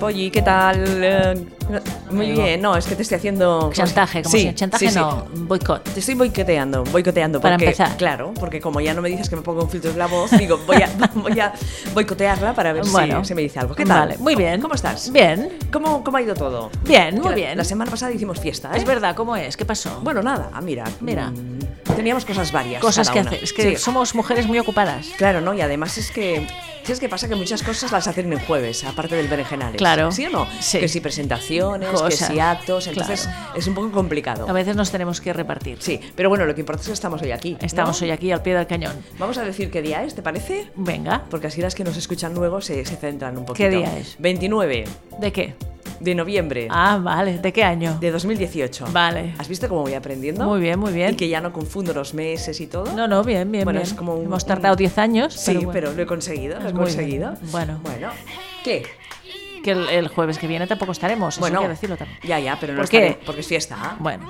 Polly, ¿qué tal? Eh, Muy Amigo. bien, no, es que te estoy haciendo... Chantaje, como Sí, si chantaje sí, sí. no, boicot. Te estoy boicoteando, boicoteando. Para porque, empezar. Claro, porque como ya no me dices que me ponga un filtro en la voz, digo, voy a, voy a boicotearla para ver Bueno. si, si me dice algo. ¿Qué tal? Vale, muy ¿Cómo- bien. ¿Cómo estás? Bien, ¿Cómo, cómo ha ido todo? bien, muy Que la- bien. La semana pasada hicimos fiesta, ¿eh? Es verdad, ¿cómo es? ¿Qué pasó? Bueno, nada, ah, mira. Mira. mm, Teníamos cosas varias. Cosas cada que una. hacer. Es que Sí. somos mujeres muy ocupadas. Claro, ¿no? Y además es que. ¿Sabes qué pasa? Que muchas cosas las hacen en jueves, aparte del berenjenales. Claro. ¿Sí o no? Sí. Que si presentaciones, que Cosas. si actos. Entonces es un poco complicado. A veces nos tenemos que repartir. Sí, pero bueno, lo que importa es que estamos hoy aquí. ¿no? Estamos hoy aquí al pie del cañón. Vamos a decir qué día es, ¿te parece? Venga, Porque así las que nos escuchan luego se, se centran un poquito. ¿Qué día es? 29 ¿de qué? de noviembre Ah, vale, ¿de qué año? de 2018. Vale. ¿Has visto cómo voy aprendiendo? Muy bien, muy bien. Y que ya no confundo los meses y todo. No, no, bien, bien, Bueno, bien. es como un- Hemos un- tardado 10 años. Sí, pero, bueno, lo he conseguido, lo he Es muy conseguido. bien. Bueno. Bueno, ¿qué? Que el, el jueves que viene tampoco estaremos, eso bueno, hay que decirlo también. ya, ya, pero no ¿Por qué? estaré, porque es fiesta. Bueno,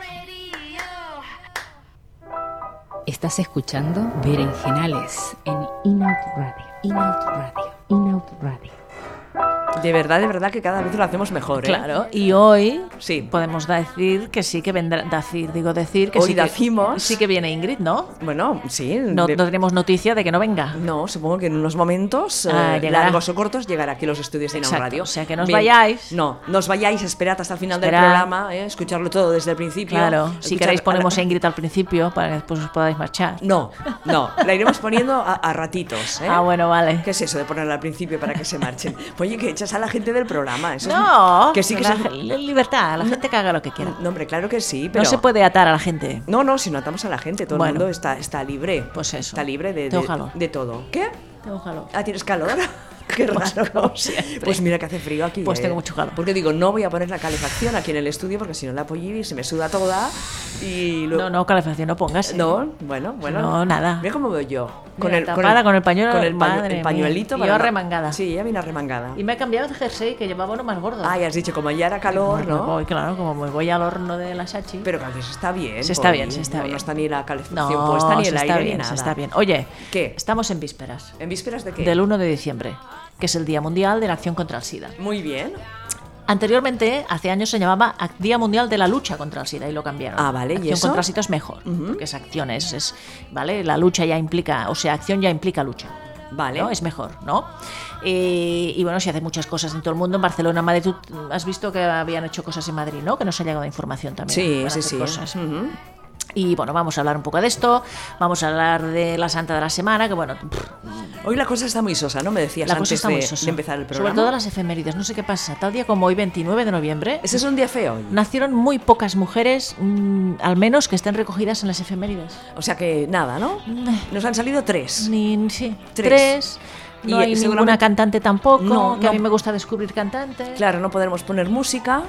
Estás escuchando Berenjenales en Inout Radio. Inout Radio. Inout Radio. De verdad, de verdad que cada vez lo hacemos mejor, ¿eh? claro. Pues Y hoy Sí. podemos decir que sí que vendrá. Decir, digo decir que Hoy sí. que- decimos- sí que viene Ingrid, ¿no? Bueno, sí. No, de- no tenemos noticia de que no venga. No, supongo que en unos momentos, Ah, eh, llegará. largos o cortos, llegará aquí los estudios de Inaun Exacto, Radio. o sea, que no os vayáis. No, no os vayáis, esperad hasta el final Esperad. del programa, eh, escucharlo todo desde el principio. Claro, si escuchar- queréis ponemos a a la- Ingrid al principio para que después os podáis marchar. No, no, la iremos poniendo a, a ratitos. ¿eh? Ah, bueno, vale. ¿Qué es eso de ponerla al principio para que se marchen? Pues Oye, que echas a la gente del programa. Eso es- No, que sí que la, se- la libertad, la gente que haga lo que quiera. No, hombre, claro que sí, pero... No se puede atar a la gente. No, no, si no atamos a la gente, todo Bueno. el mundo está, está libre. Pues eso. Está libre de, Tengo de- calor. de todo. ¿Qué? Ojalá. Ah, ¿tienes calor? Qué Pues raro. como siempre. Pues mira que hace frío aquí. Pues tengo mucho calor. Porque digo, no voy a poner la calefacción aquí en el estudio porque si no la apoyo y se me suda toda y luego... No, no, calefacción no pongas. ¿eh? No, bueno, bueno. No, nada. Mira cómo veo yo. Mira, tapada con el pañuelo, Con el, pañu- madre el mía. pañuelito. Y para yo no- remangada. Sí, ella viene remangada. Y me he cambiado de jersey que llevaba uno más gordo. Ay, has dicho, como ya era calor, Bueno, ¿no? voy, claro, como me voy al horno de la Sachi. Pero que se está bien. Se está Poli. bien, se está no, bien. No está ni la calefacción no, puesta, ni el se aire, está ni bien, se nada. está bien. Oye, ¿Qué? estamos en vísperas ¿En vísperas de qué? del 1 de diciembre, que es el Día Mundial de la Acción contra el SIDA. Muy bien. Anteriormente, hace años se llamaba Ac- Día Mundial de la Lucha contra el SIDA y lo cambiaron. Ah, vale, ¿y Acción eso? contra el SIDA es mejor, porque es acción, es, es- ¿vale? La lucha ya implica, o sea, acción ya implica lucha. Vale. ¿no? Es mejor, ¿no? Eh, y bueno, se hacen muchas cosas en todo el mundo. En Barcelona, Madrid, tú has visto que habían hecho cosas en Madrid, ¿no? Que nos ha llegado información también. sí, para sí, hacer sí. cosas. Ujú. Y bueno, vamos a hablar un poco de esto. Vamos a hablar de la Santa de la Semana, que bueno, pff, Hoy la cosa está muy sosa, ¿no? Me decías la antes cosa está de, muy sosa. de empezar el programa. Sobre todo las efemérides, no sé qué pasa. Tal día como hoy, 29 de noviembre, Ese es un día feo hoy. nacieron muy pocas mujeres, mm, al menos que estén recogidas en las efemérides. O sea que nada, ¿no? Nos han salido tres. Ni, sí, Mm. Tres. tres. No Y, hay eh, ninguna seguramente- cantante tampoco, No, que a no. mí me gusta descubrir cantantes. Claro, no podremos poner música.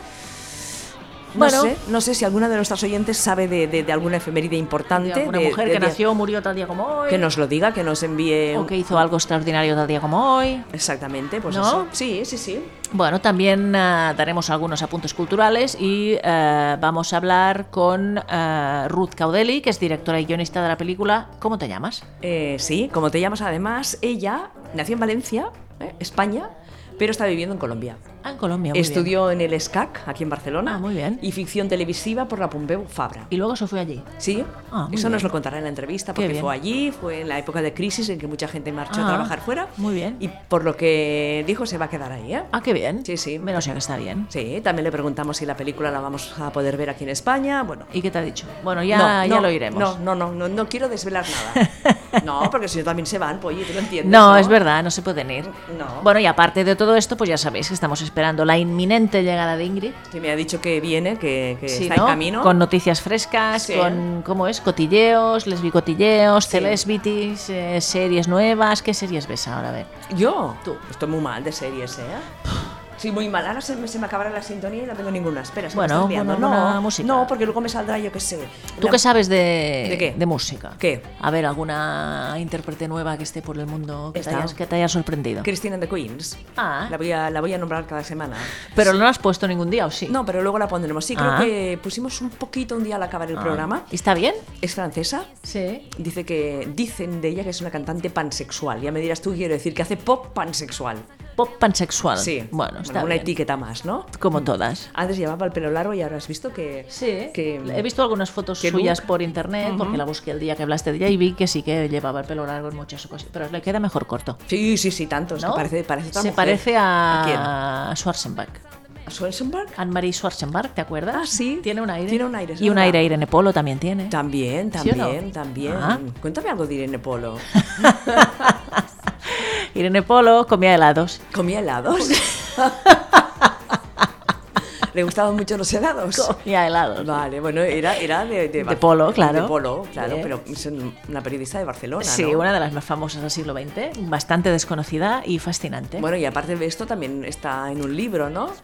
No, Bueno. sé, no sé si alguna de nuestras oyentes sabe de, de- de alguna efeméride importante. de alguna de- mujer de- que de- nació o murió tal día como hoy. Que nos lo diga, que nos envíe. O un- que hizo algo extraordinario tal día como hoy. Exactamente, pues ¿No? eso. Sí, sí, sí. Bueno, también ah, daremos algunos apuntes culturales y eh, vamos a hablar con eh, Ruth Caudeli, que es directora y guionista de la película ¿Cómo te llamas? Eh, sí, como te llamas además, ella nació en Valencia, eh, España, pero está viviendo en Colombia. Ah, en Colombia. muy bien. Estudió en el SCAC, aquí en Barcelona. Ah, muy bien. Y ficción televisiva por la Pompeu Fabra. Y luego se fue allí. Sí, Ah, muy eso nos bien. lo contará en la entrevista Qué porque bien. fue allí, fue en la época de crisis en que mucha gente marchó Ah, a trabajar fuera. muy bien. Y por lo que dijo, se va a quedar ahí, ¿eh? Ah, qué bien. Sí, sí. Menos ya que está bien. Sí, también le preguntamos si la película la vamos a poder ver aquí en España. Bueno, ¿Y qué te ha dicho? Bueno, ya, no, ya no, lo iremos. No, no, no, no, no quiero desvelar nada. No, porque si no también se van, pues oye, tú lo entiendes. No, es verdad, no se pueden ir. No. Bueno, y aparte de todo esto, pues ya sabéis que estamos esperando la inminente llegada de Ingrid. Que me ha dicho que viene, que, que Sí, está ¿no? en camino. Con noticias frescas, Sí. con, ¿cómo es? Cotilleos, lesbicotilleos, Sí. telesbitis, eh, series nuevas. ¿Qué series ves ahora? A ver. Yo, Tú. Estoy muy mal de series, ¿eh? Sí, muy mal. Ahora se me, se me acabará la sintonía y no tengo ninguna. Espera, es que me Bueno, estás liando. bueno, no, una música. no, porque luego me saldrá yo qué sé. ¿Tú la- qué sabes de, ¿De qué? música? ¿Qué? A ver, alguna intérprete nueva que esté por el mundo que, te, Está. hayas, que te haya sorprendido. Cristina de Queens. Ah. La voy, a, la voy a nombrar cada semana. Pero no lo has puesto ningún día, ¿o sí? No, pero luego la pondremos. Sí, creo Ah. que pusimos un poquito un día al acabar el Ah. programa. ¿Y está bien? Es francesa. Sí. Dice que dicen de ella que es una cantante pansexual. Ya me dirás tú, quiero decir que hace pop pansexual. pop pansexual. Sí, Ah, Bueno, está una bien. etiqueta más, ¿no? Como todas. Antes llevaba el pelo largo y ahora has visto que... Sí, que he visto algunas fotos que suyas look. por internet, porque la busqué el día que hablaste de ella y vi que sí que llevaba el pelo largo en muchas ocasiones, pero le queda mejor corto. Sí, sí, sí, tanto. es que ¿no? Pues parece, parece otra Se mujer. parece a, ¿A quién? Schwarzenberg. ¿A Schwarzenberg? Anne-Marie Schwarzenberg, ¿te acuerdas? Ah, sí. Tiene un aire. Tiene un aire, es Y un verdad. aire Irene Polo también tiene. También, ¿Sí o no? también, también. Ah. Cuéntame algo de Irene Polo. Irene Polo comía helados. ¿Comía helados? ¿Le gustaban mucho los helados? Comía helados. Vale, bueno, era, era de, De polo, claro. De polo, claro, Sí. pero es una periodista de Barcelona. Sí, ¿no? una de las más famosas del siglo XX, bastante desconocida y fascinante. Bueno, y aparte de esto, también está en un libro, ¿no? Eh,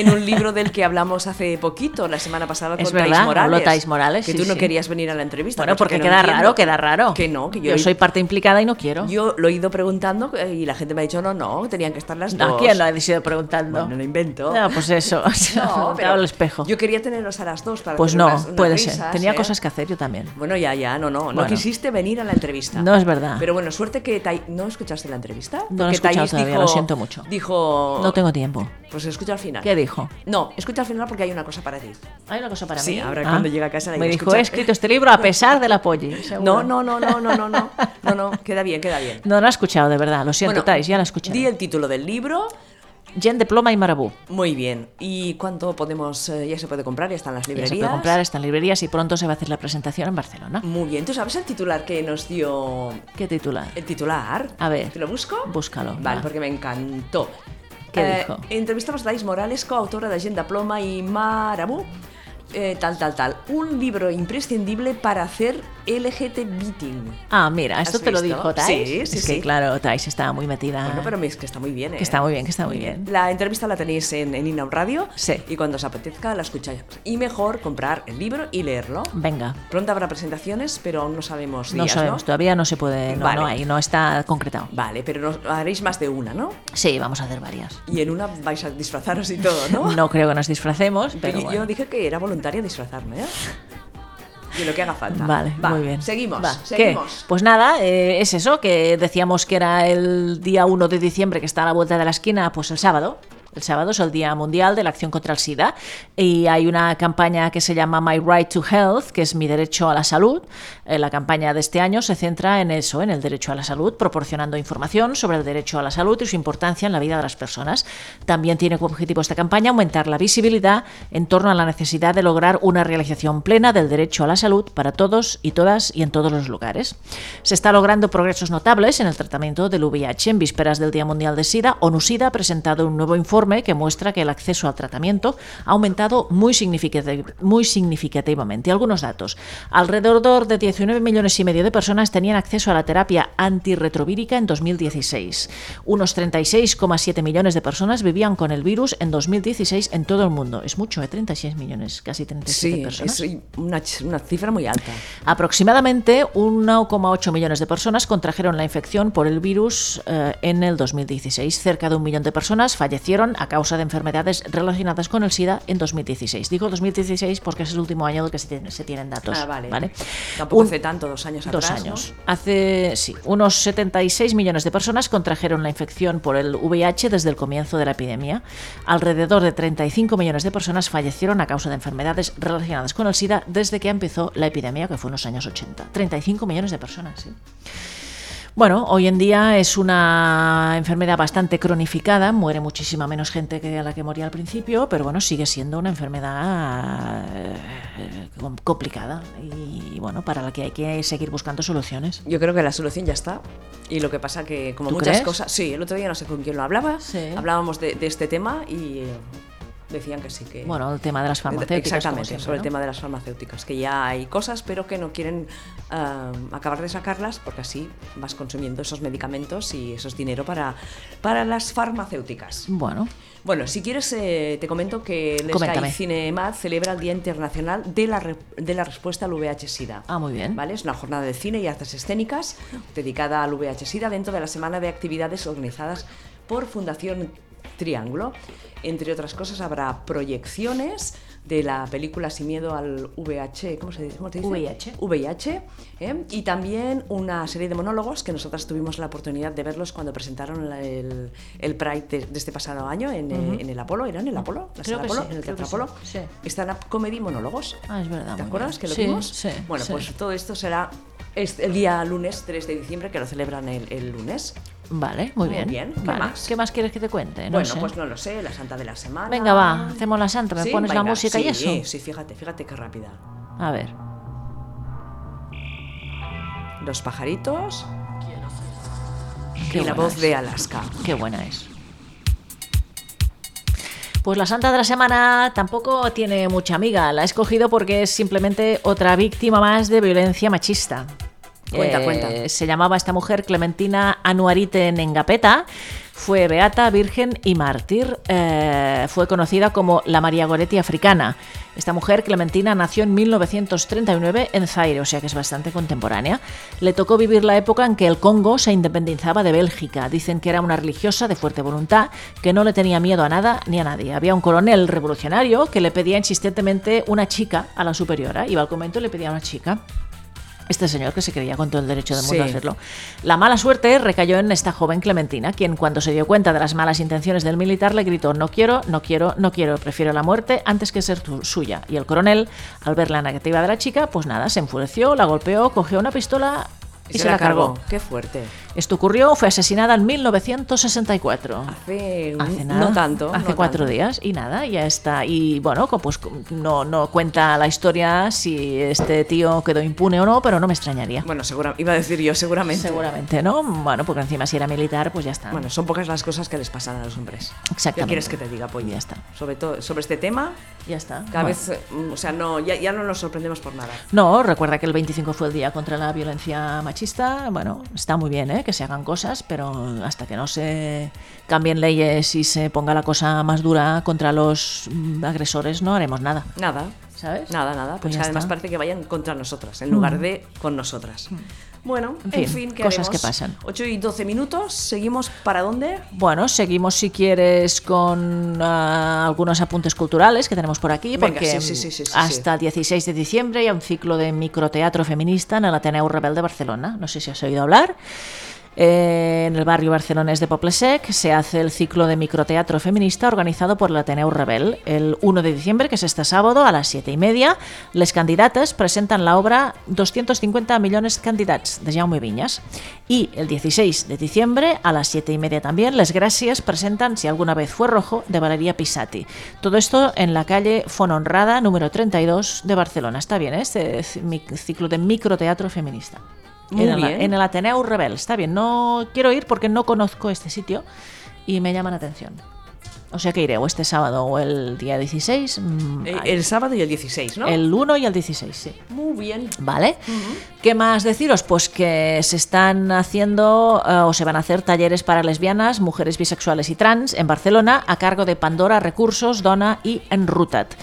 En un libro del que hablamos hace poquito, la semana pasada, Es con Tais verdad, Morales. habló Tais Morales, Que sí, tú no sí. querías venir a la entrevista. Bueno, cosa porque que no queda entiendo. raro, queda raro. Que no, que yo, yo soy parte implicada y no quiero. yo lo he ido preguntando eh, y la gente me ha dicho, no, no, tenían que estar las dos. ¿A Ah, quién lo he sido preguntando? Bueno, lo invento. No, pues eso, se lo he preguntado pero al espejo. Yo quería tenerlos a las dos para Pues hacer no, unas- unas puede ser. risas, Tenía ¿eh? cosas que hacer yo también. Bueno, ya, ya, no, no. No Bueno. quisiste venir a la entrevista. No es verdad. Pero bueno, suerte que Tai- ¿No escuchaste la entrevista? No la Porque he escuchado Tais todavía, dijo- lo siento mucho. Dijo... No tengo tiempo. Pues escucha al final. ¿Qué dijo? No, escucha al final porque hay una cosa para ti. Hay una cosa para Sí, mí. ahora cuando llegue a casa la Ah, Me iré a dijo, escuchar. he escrito este libro a pesar de la polli. No, seguro. no, no, no, no, no, no. No, no, queda bien, queda bien. No la he escuchado, de verdad. Lo siento, Bueno, Tais, ya la escuché. Di el título del libro. Jen de Ploma y Marabú. Muy bien. ¿Y cuánto podemos...? eh, ya se puede comprar, ya están las Ya librerías. Mm. se puede comprar, está en librerías y pronto se va a hacer la presentación en Barcelona. Muy bien. ¿Tú sabes el titular que nos dio ¿Qué titular? el titular? A ver. ¿Te lo busco? Búscalo, Vale, va. porque me encantó. Eh, ¿Qué dijo? Entrevistamos a Dais Morales, coautora de Agenda Ploma y Marabú. eh, tal, tal, tal. Un libro imprescindible para hacer LGT Beating. Ah, mira, esto ¿Has te lo visto? dijo Tais. Sí, sí, es que sí. claro, Tais está muy metida. Bueno, pero es que está muy bien, ¿eh? Ah. Que está muy bien, que está muy bien. La entrevista la tenéis en, en Inaud Radio. Sí. Y cuando os apetezca la escucháis. Y mejor comprar el libro y leerlo. Venga. Pronto habrá presentaciones, pero aún no sabemos No días, sabemos, todavía no se puede, no, Vale. no hay, no está concretado. Vale, pero nos- haréis más de una, ¿no? Sí, vamos a hacer varias. Y en una vais a disfrazaros y todo, ¿no? No creo que nos disfracemos, pero yo, yo bueno. dije que era voluntaria disfrazarme, ¿eh? De lo que haga falta. Vale, Va, muy bien. Seguimos, Va, ¿qué? seguimos. Pues nada, eh, es eso, que decíamos que era el día 1 de diciembre, que está a la vuelta de la esquina, pues el sábado. El sábado es el Día Mundial de la Acción contra el SIDA y hay una campaña que se llama My Right to Health, que es mi derecho a la salud. Eh, la campaña de este año se centra en eso, en el derecho a la salud, proporcionando información sobre el derecho a la salud y su importancia en la vida de las personas. También tiene como objetivo esta campaña aumentar la visibilidad en torno a la necesidad de lograr una realización plena del derecho a la salud para todos y todas y en todos los lugares. Se está logrando progresos notables en el tratamiento del VIH. En vísperas del Día Mundial de SIDA, ONU-SIDA ha presentado un nuevo informe que muestra que el acceso al tratamiento ha aumentado muy, significati- muy significativamente. Algunos datos. Alrededor de 19 millones y medio de personas tenían acceso a la terapia antirretrovírica en 2016. Unos 36,7 millones de personas vivían con el virus en 2016 en todo el mundo. Es mucho, ¿eh? 36 millones, casi 37 Sí, este personas. es una, ch- una cifra muy alta. Aproximadamente 1,8 millones de personas contrajeron la infección por el virus eh, en el 2016. Cerca de un millón de personas fallecieron a causa de enfermedades relacionadas con el SIDA en 2016. Digo 2016 porque es el último año del que se tiene- se tienen datos. Ah, vale. Tampoco Un- hace tanto, dos años Dos atrás. ¿no? años. Hace, sí, unos 76 millones de personas contrajeron la infección por el VIH desde el comienzo de la epidemia. Alrededor de 35 millones de personas fallecieron a causa de enfermedades relacionadas con el SIDA desde que empezó la epidemia, que fue en los años 80. 35 millones de personas, ¿eh? sí. Bueno, hoy en día es una enfermedad bastante cronificada, muere muchísima menos gente que a la que moría al principio, pero bueno, sigue siendo una enfermedad eh, com- complicada y bueno, para la que hay que seguir buscando soluciones. Yo creo que la solución ya está. Y lo que pasa que, como ¿Tú muchas crees? cosas. Sí, el otro día no sé con quién lo hablaba. Sí. Hablábamos de, de este tema y eh, decían que sí que. Bueno, el tema de las farmacéuticas. como Exactamente, siempre, sobre ¿no? el tema de las farmacéuticas, que ya hay cosas, pero que no quieren ah, acabar de sacarlas porque así vas consumiendo esos medicamentos y eso es dinero para, para las farmacéuticas. Bueno, Bueno, si quieres, eh, te comento que el Coméntame. Sky Cinemat celebra el Día Internacional de la, re- de la Respuesta al VIH-Sida. ah, muy bien. ¿Vale? Es una jornada de cine y artes escénicas dedicada al VIH-Sida dentro de la semana de actividades organizadas por Fundación Triángulo. Entre otras cosas, habrá proyecciones de la película Sin Miedo al VH, ¿cómo se dice? ¿Cómo te dice? VIH. VIH, ¿eh? y también una serie de monólogos que nosotras tuvimos la oportunidad de verlos cuando presentaron la- el, el Pride de, de este pasado año en, eh, en el Apolo, ¿era en el Apolo? ¿La Creo sala que Apolo? sí, en el creo Teatro que Apolo. sí, sí. Stand-up comedy monólogos. Ah, es verdad, muy ¿Te acuerdas bien. que lo Sí, vimos? sí, bueno, sí. pues todo esto será este- el día lunes 3 de diciembre, que lo celebran el, el lunes. Vale, muy bien. bien, ¿qué Vale. más? ¿Qué más quieres que te cuente? No bueno, sé. pues no lo sé, la Santa de la Semana. Venga, va, hacemos la santa, me Sí, pones la venga, música y sí, eso. Sí, fíjate, fíjate qué rápida. A ver. Los pajaritos Qué y la buena voz es. de Alaska. Qué buena es. Pues la santa de la semana tampoco tiene mucha amiga. La he escogido porque es simplemente otra víctima más de violencia machista. Cuenta, cuenta. Eh, Se llamaba esta mujer Clementina Anuarite Nengapeta. Fue beata, virgen y mártir. Eh, fue conocida como la María Goretti africana. Esta mujer, Clementina, nació en 1939 en Zaire, o sea que es bastante contemporánea. Le tocó vivir la época en que el Congo se independizaba de Bélgica. Dicen que era una religiosa de fuerte voluntad, que no le tenía miedo a nada ni a nadie. Había un coronel revolucionario que le pedía insistentemente una chica a la superiora. Iba al convento y le pedía una chica este señor que se creía con todo el derecho del mundo a Sí. hacerlo. La mala suerte recayó en esta joven Clementina, quien cuando se dio cuenta de las malas intenciones del militar le gritó no quiero, no quiero, no quiero, prefiero la muerte antes que ser tu- suya. Y el coronel, al ver la negativa de la chica, pues nada, se enfureció, la golpeó, cogió una pistola y, se la cargó. Qué fuerte. Esto ocurrió, fue asesinada en 1964. Hace, un- Hace nada, Mm, no tanto. hace no cuatro tanto. días y nada, ya está. Y bueno, co- pues co- no, no cuenta la historia si este tío quedó impune o no, pero no me extrañaría. Bueno, segura, iba a decir yo, seguramente. Seguramente, ¿no? Bueno, porque encima si era militar, pues ya está. Bueno, son pocas las cosas que les pasan a los hombres. Exactamente. ¿Qué quieres que te diga, Polly? Ya está. Sobre, todo, sobre este tema, ya está. cada Bueno. vez, eh, mm, o sea, no, ya, ya no nos sorprendemos por nada. No, recuerda que el 25 fue el día contra la violencia machista. Bueno, está muy bien ¿eh? que se hagan cosas, pero hasta que no se cambien leyes y se ponga la cosa más dura contra los mm, agresores, no haremos nada. Nada. ¿Sabes? Nada, nada. Pues Pues ya además está. Mm. parece que vayan contra nosotras, en lugar de con nosotras. Bueno, En en fin, fin, ¿qué cosas haremos? que pasan. 8 y 12 minutos, seguimos para dónde? Bueno, seguimos si quieres con ah, algunos apuntes culturales que tenemos por aquí, Venga, sí, porque sí, sí, sí, sí, hasta el 16 de diciembre hay un ciclo de microteatro feminista en el Ateneu Rebel de Barcelona. No sé si has oído hablar. Eh, en el barrio barcelonés de Poplesec se hace el ciclo de microteatro feminista organizado por el Ateneu Rebel. El 1 de diciembre, que es este sábado, a las 7 y media, les candidates presenten la obra 250 milions candidats, de Jaume Vinyas. I el 16 de diciembre, a las 7 y media también, Les Gracias presentan Si alguna vez fue rojo, de Valeria Pisati. Todo esto en la calle Fononrada, número 32 de Barcelona. Está bien, ¿eh? este c- mic- ciclo de microteatro feminista. Muy en, El, bien. en el Ateneu Rebel, está bien. No quiero ir porque no conozco este sitio y me llaman la atención. O sea que iré o este sábado o el día 16. mm, Eh, al- El sábado y el 16, ¿no? el 1 y el 16, sí. Muy bien. ¿Vale? ¿Qué más deciros? Pues que se están haciendo eh, o se van a hacer talleres para lesbianas, mujeres bisexuales y trans en Barcelona a cargo de Pandora Recursos, Dona y Enrutat.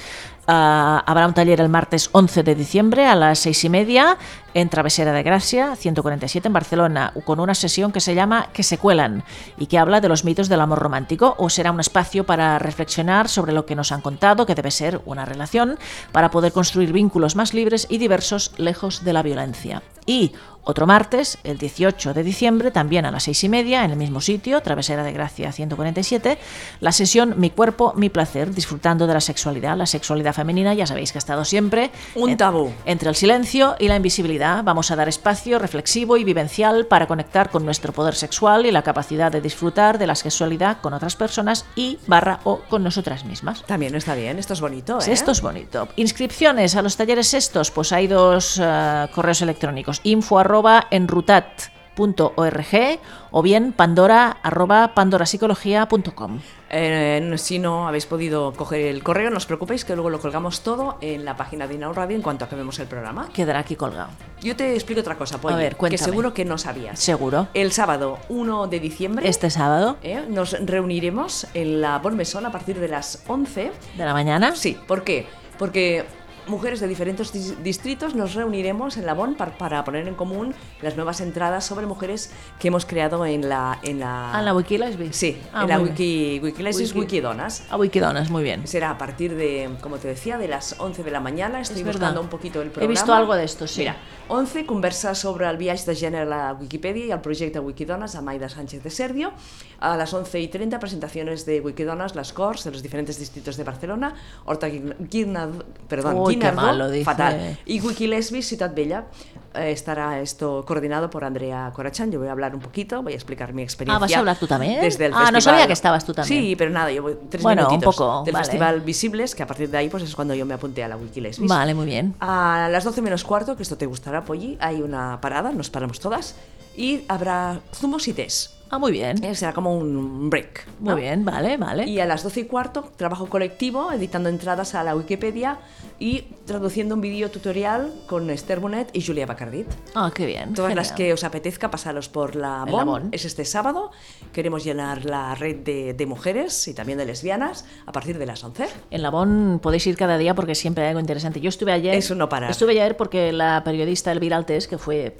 Ah, habrá un taller el martes 11 de diciembre a las 6 y media en Travesera de Gracia, 147 en Barcelona, con una sesión que se llama Que se cuelan y que habla de los mitos del amor romántico o será un espacio para reflexionar sobre lo que nos han contado que debe ser una relación para poder construir vínculos más libres y diversos lejos de la violencia. Y otro martes, el 18 de diciembre, también a las 6 y media, en el mismo sitio, Travesera de Gracia 147, la sesión Mi cuerpo, mi placer, disfrutando de la sexualidad. La sexualidad femenina, ya sabéis que ha estado siempre Un en- tabú. entre el silencio y la invisibilidad vamos a dar espacio reflexivo y vivencial para conectar con nuestro poder sexual y la capacidad de disfrutar de la sexualidad con otras personas y barra o con nosotras mismas. También está bien, esto es bonito, ¿eh? Esto es bonito. Inscripciones a los talleres estos, pues hay dos eh, correos electrónicos, info arroba enrutat.org o bien pandora arroba pandorapsicología.com. Eh, si no habéis podido coger el correo, no os preocupéis que luego lo colgamos todo en la página de Inau Radio en cuanto acabemos el programa. Quedará aquí colgado, Yo te explico otra cosa, Polly, A ver, cuéntame. que seguro que no sabías. seguro. El sábado 1 de diciembre Este sábado eh, nos reuniremos en la Bormesón a partir de las Ah, 11. de la mañana. Sí, ¿por qué? Porque Mujeres de diferentes dis- distritos nos reuniremos en la BON par- para poner en común las nuevas entradas sobre mujeres que hemos creado en la... En la, Ah, en la Wiki Lesbi. Sí, Ah, en la muy bien. Wiki, Wikilesis Wiki. Wikidonas. A Wikidonas, muy bien. Será a partir de, como te decía, de las 11 de la mañana. Estoy Es buscando verdad. un poquito el He programa. visto algo de esto, sí. Mira, 11 conversa sobre el viatge de gènere a la Wikipedia y al proyecto Wikidonas a Maida Sánchez de Serdio. A las 11 y 30 presentaciones de Wikidonas, las Cors, de los diferentes distritos de Barcelona, Horta Guinard- Guinard- perdón, Uy, qué Guinardó, mal lo dije. fatal, y Wikilesbi Ciudad Bella. Eh, estará esto coordinado por Andrea Corachán. Yo voy a hablar un poquito, voy a explicar mi experiencia. Ah, ¿vas a hablar tú también? Desde el Ah, no festival. sabía que estabas tú también. Sí, pero nada, yo voy tres Bueno, un minutitos poco, del vale. festival Visibles, que a partir de ahí pues es cuando yo me apunté a la Wikilesbis. Vale, muy bien. A las 12 menos cuarto, que esto te gustará, Polly, hay una parada, nos paramos todas, y habrá zumos y tés. Ah, muy bien. Eh, Será como un break. Muy ¿no? bien, vale, vale. Y a las 12 y cuarto, trabajo colectivo, editando entradas a la Wikipedia y traduciendo un vídeo tutorial con Esther Bonet y Julia Bacardit. Ah, qué bien. Todas las genial. que os apetezca, pasaros por la En BON. la BON. Es este sábado. Queremos llenar la red de, de mujeres y también de lesbianas a partir de las 11. En la Bon podéis ir cada día porque siempre hay algo interesante. Yo estuve ayer. Eso no parar. Estuve ayer porque la periodista Elvira Altes, que fue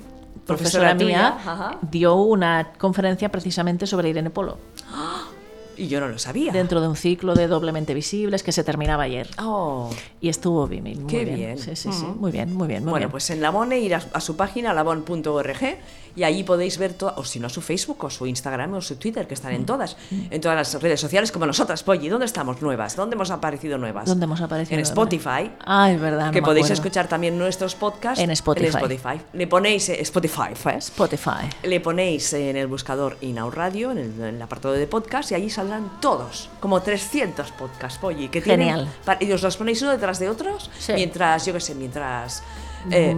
Profesora profesora, mía, tuya, ajá. dio una conferencia precisamente sobre Irene Polo Y yo no lo sabía. dentro de un ciclo de doblemente visibles que se terminaba ayer. Oh. Y estuvo bien, muy Qué bien. bien. Sí, sí, sí. Ujú. Muy bien, muy bien. muy Bueno, bien. pues en Labone ir a, a su página labon.org y ahí podéis ver todo, o si no, su Facebook, o su Instagram, o su Twitter, que Mm. están en todas, en todas las redes sociales como nosotras, Polly. ¿Dónde estamos nuevas? ¿Dónde hemos aparecido nuevas? ¿Dónde hemos aparecido? En Spotify. Ah, es verdad. no que me podéis acuerdo. escuchar también nuestros podcasts En Spotify. Spotify. Le ponéis eh, Spotify, ¿eh? Spotify. Le ponéis en el buscador Inau Radio, en el, en el apartado de podcast, y allí saldrán todos, como 300 podcasts, Polly, que tienen- Genial. pa- y os los ponéis uno detrás de otros, Sí. Mm. mientras, yo qué sé, mientras eh,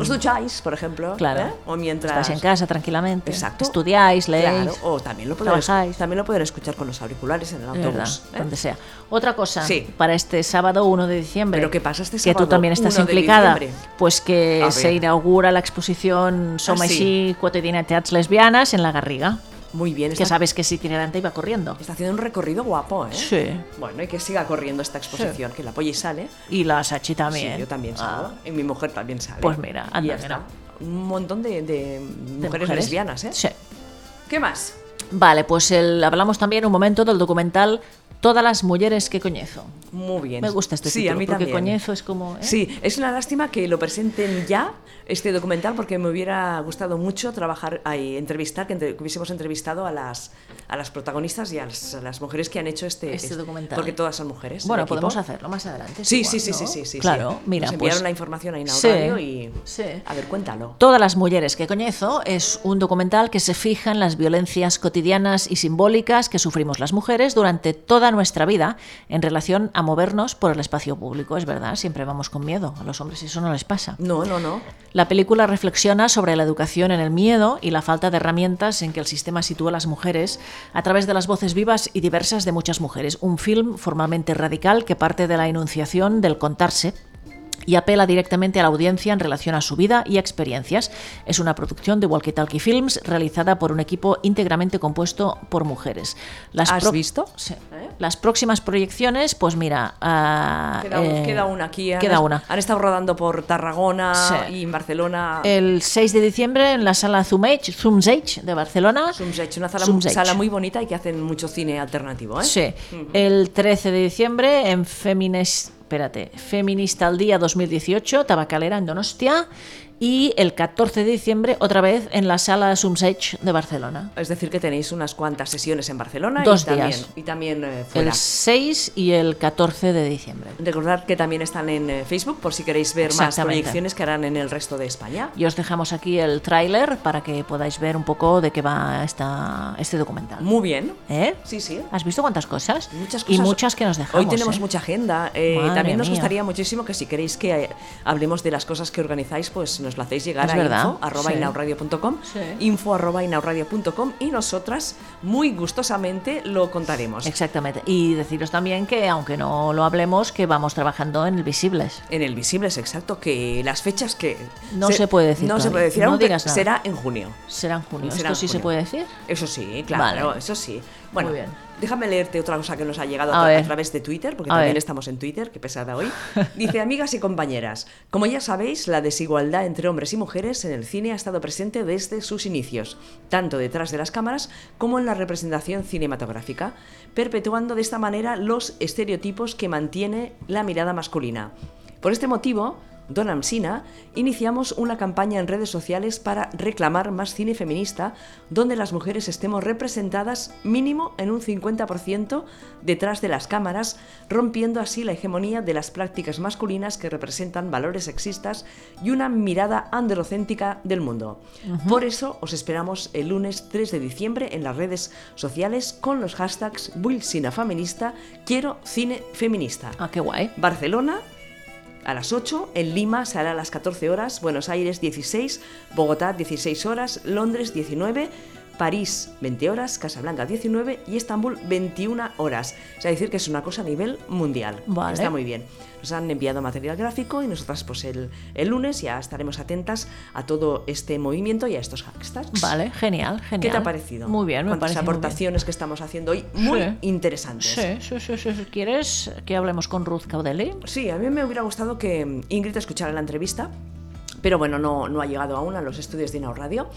os ducháis, por ejemplo, Claro. ¿eh? o mientras... Estáis en casa tranquilamente. Exacto. Estudiáis, leéis. Claro, o también lo, podrán, trabajáis. también lo podrán escuchar con los auriculares en el Es verdad, autobús. ¿eh? donde sea. Otra cosa, Sí. para este sábado 1 de diciembre. Pero ¿qué pasa este Que sábado tú también estás 1 de implicada. diciembre? Pues que A se ver. inaugura la exposición Soma Ah, y sí. sí, Cotidianitats Lesbianas en La Garriga. Muy bien, Que está, sabes que es itinerante y va corriendo. está haciendo un recorrido guapo, ¿eh? Sí. Bueno, y que siga corriendo esta exposición, que la apoye y sale. Y la Sachi Sí, también. yo también Ah, salgo. Y mi mujer también sale. Pues mira, anda, Y ya mira. está. Un montón de, de de mujeres, lesbianas, ¿eh? Sí. ¿Qué más? Vale, pues el- hablamos también un momento del documental Todas las mujeres que coñezo. Muy bien. Me gusta este sí, título, a mí porque también. coñezo es como... ¿eh? Sí, es una lástima que lo presenten ya, este documental, porque me hubiera gustado mucho trabajar ahí, entrevistar, que, entre- que hubiésemos entrevistado a las, a las protagonistas y a las, a las mujeres que han hecho este, Este documental. Porque todas son mujeres. el Bueno, equipo. podemos hacerlo más adelante. es Sí, igual, sí, sí, ¿no? sí, sí, sí. Claro, mira, Nos enviaron pues la información a Inau sí, Radio y. sí. A ver, cuéntalo. Todas las mujeres que coñezo es un documental que se fija en las violencias cotidianas y simbólicas que sufrimos las mujeres durante toda nuestra vida en relación a movernos por el espacio público. Es verdad, siempre vamos con miedo. A los hombres eso no les pasa. No, no, no. La película reflexiona sobre la educación en el miedo y la falta de herramientas en que el sistema sitúa a las mujeres a través de las voces vivas y diversas de muchas mujeres. Un film formalmente radical que parte de la enunciación del contarse y apela directamente a la audiencia en relación a su vida y experiencias. Es una producción de Walkie Talkie Films realizada por un equipo íntegramente compuesto por mujeres. Las ¿Has pro- visto? Sí. ¿Eh? Las próximas proyecciones, pues mira... ah, Queda, un- eh, queda una aquí. Han, Queda una. Han estado rodando por Tarragona Sí. Eh, y en Barcelona. El 6 de diciembre en la sala Zumage, Zumzeig de Barcelona. Sumseig, una sala, Zumzeig. sala muy bonita y que hacen mucho cine alternativo. ¿eh? Sí. El 13 de diciembre en Femines, espérate, Feminista al Día 2018, Tabacalera en Donostia. Y el 14 de diciembre otra vez en la sala Zumzeig de Barcelona. Es decir, que tenéis unas cuantas sesiones en Barcelona Dos y también, días. Y también eh, fuera. El 6 y el 14 de diciembre. Recordad que también están en eh, Facebook por si queréis ver más Exactamente. proyecciones que harán en el resto de España. Y os dejamos aquí el tráiler para que podáis ver un poco de qué va esta, este documental. Muy bien. ¿Eh? Sí, sí. ¿Has visto cuántas cosas? Muchas Y cosas. muchas que nos dejamos. Hoy tenemos ¿eh? mucha agenda. Eh, Madre también nos mía. gustaría muchísimo que si queréis que eh, hablemos de las cosas que organizáis, pues nos nos lo hacéis llegar Es a verdad, info arroba sí. inauradio.com, Sí. info arroba inauradio.com, y nosotras muy gustosamente lo contaremos Exactamente. Y deciros también que, aunque no lo hablemos, que vamos trabajando en el Visibles. en el Visibles, exacto, que las fechas que... No se puede decir No se todavía, puede decir no aún, pero digas nada. será en junio. Será en junio. Será ¿Esto en sí se junio. puede decir? Eso sí, claro, Vale. eso sí. Bueno, Muy bien. déjame leerte otra cosa que nos ha llegado A a, tra- ver. a través de Twitter, porque A también ver. estamos en Twitter, qué pesada hoy. Dice, amigas y compañeras, como ya sabéis, la desigualdad entre hombres y mujeres en el cine ha estado presente desde sus inicios, tanto detrás de las cámaras como en la representación cinematográfica, perpetuando de esta manera los estereotipos que mantiene la mirada masculina. Por este motivo, Don Amsina, iniciamos una campaña en redes sociales para reclamar más cine feminista, donde las mujeres estemos representadas mínimo en un 50% detrás de las cámaras, rompiendo así la hegemonía de las prácticas masculinas que representan valores sexistas y una mirada androcéntrica del mundo. Por eso os esperamos el lunes 3 de diciembre en las redes sociales con los hashtags #WillSinaFeminista, Quiero Cine Feminista. Ah, qué guay. Barcelona a las 8, en Lima será a las 14 horas, Buenos Aires 16, Bogotá 16 horas, Londres 19, París 20 horas, Casablanca 19 y Estambul 21 horas. O sea, decir que es una cosa a nivel mundial. Vale. Está muy bien. Nos han enviado material gráfico y nosotras pues el, el lunes ya estaremos atentas a todo este movimiento y a estos hashtags. Vale, genial, genial. ¿Qué te ha parecido? Muy bien, me Cuántas parece. muy bien. aportaciones que estamos haciendo hoy muy Sí. interesantes. Sí, sí, sí, sí, sí. ¿Quieres que hablemos con Ruth Caudeli? Sí, a mí me hubiera gustado que mm, Ingrid escuchara la entrevista, pero bueno, no, no ha llegado aún a los estudios de Inao Radio.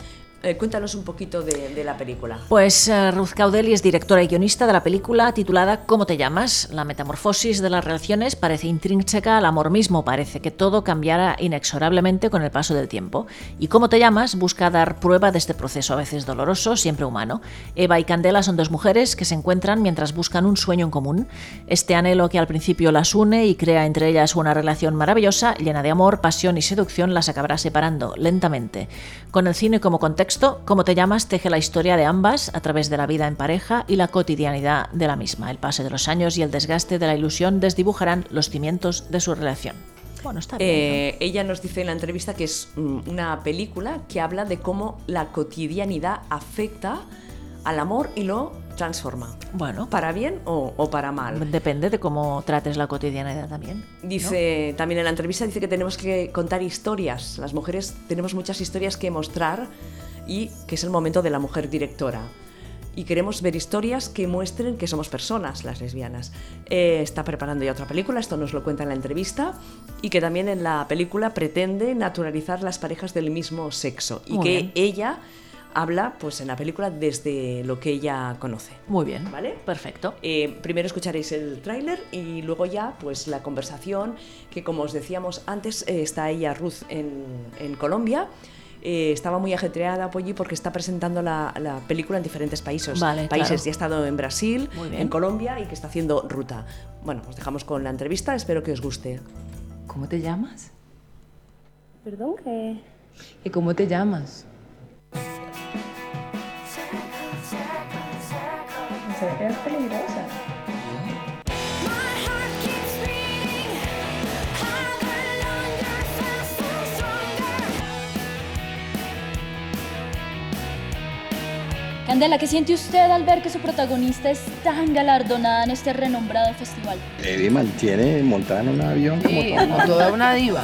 Eh, cuéntanos un poquito de, de la película. Pues eh, Ruth Caudeli es directora y guionista de la película titulada ¿Cómo te llamas? La metamorfosis de las relaciones parece intrínseca al amor mismo, parece que todo cambiará inexorablemente con el paso del tiempo. Y ¿Cómo te llamas? busca dar prueba de este proceso, a veces doloroso, siempre humano. Eva y Candela son dos mujeres que se encuentran mientras buscan un sueño en común. Este anhelo que al principio las une y crea entre ellas una relación maravillosa, llena de amor, pasión y seducción, las acabará separando lentamente. Con el cine como contexto, como te llamas, teje la historia de ambas a través de la vida en pareja y la cotidianidad de la misma. El pase de los años y el desgaste de la ilusión desdibujarán los cimientos de su relación. Bueno, está bien. ¿no? Eh, ella nos dice en la entrevista que es mm, una película que habla de cómo la cotidianidad afecta al amor y lo transforma. Bueno, ¿Para bien o, o para mal? depende de cómo trates la cotidianidad también. ¿no? Dice también en la entrevista dice que tenemos que contar historias. Las mujeres tenemos muchas historias que mostrar y que es el momento de la mujer directora. Y queremos ver historias que muestren que somos personas, las lesbianas. Eh, está preparando ya otra película, esto nos lo cuenta en la entrevista, y que también en la película pretende naturalizar las parejas del mismo sexo. Y Muy que bien. ella habla, pues en la película, desde lo que ella conoce. Muy bien. Vale. Perfecto. Eh, primero escucharéis el tráiler y luego ya pues la conversación que como os decíamos antes eh, está ella Ruth en, en Colombia. Eh, estaba muy ajetreada por allí porque está presentando la, la película en diferentes países. Vale, países claro. y ha estado en Brasil, Muy bien. en Colombia y que está haciendo ruta. Bueno, os dejamos con la entrevista, espero que os guste. ¿Cómo te llamas? Perdón, que ¿Y cómo te llamas? se ve que es peligrosa. Candela, ¿qué siente usted al ver que su protagonista es tan galardonada en este renombrado festival? Eddie mantiene Eh, montada en un avión como todo. toda una diva.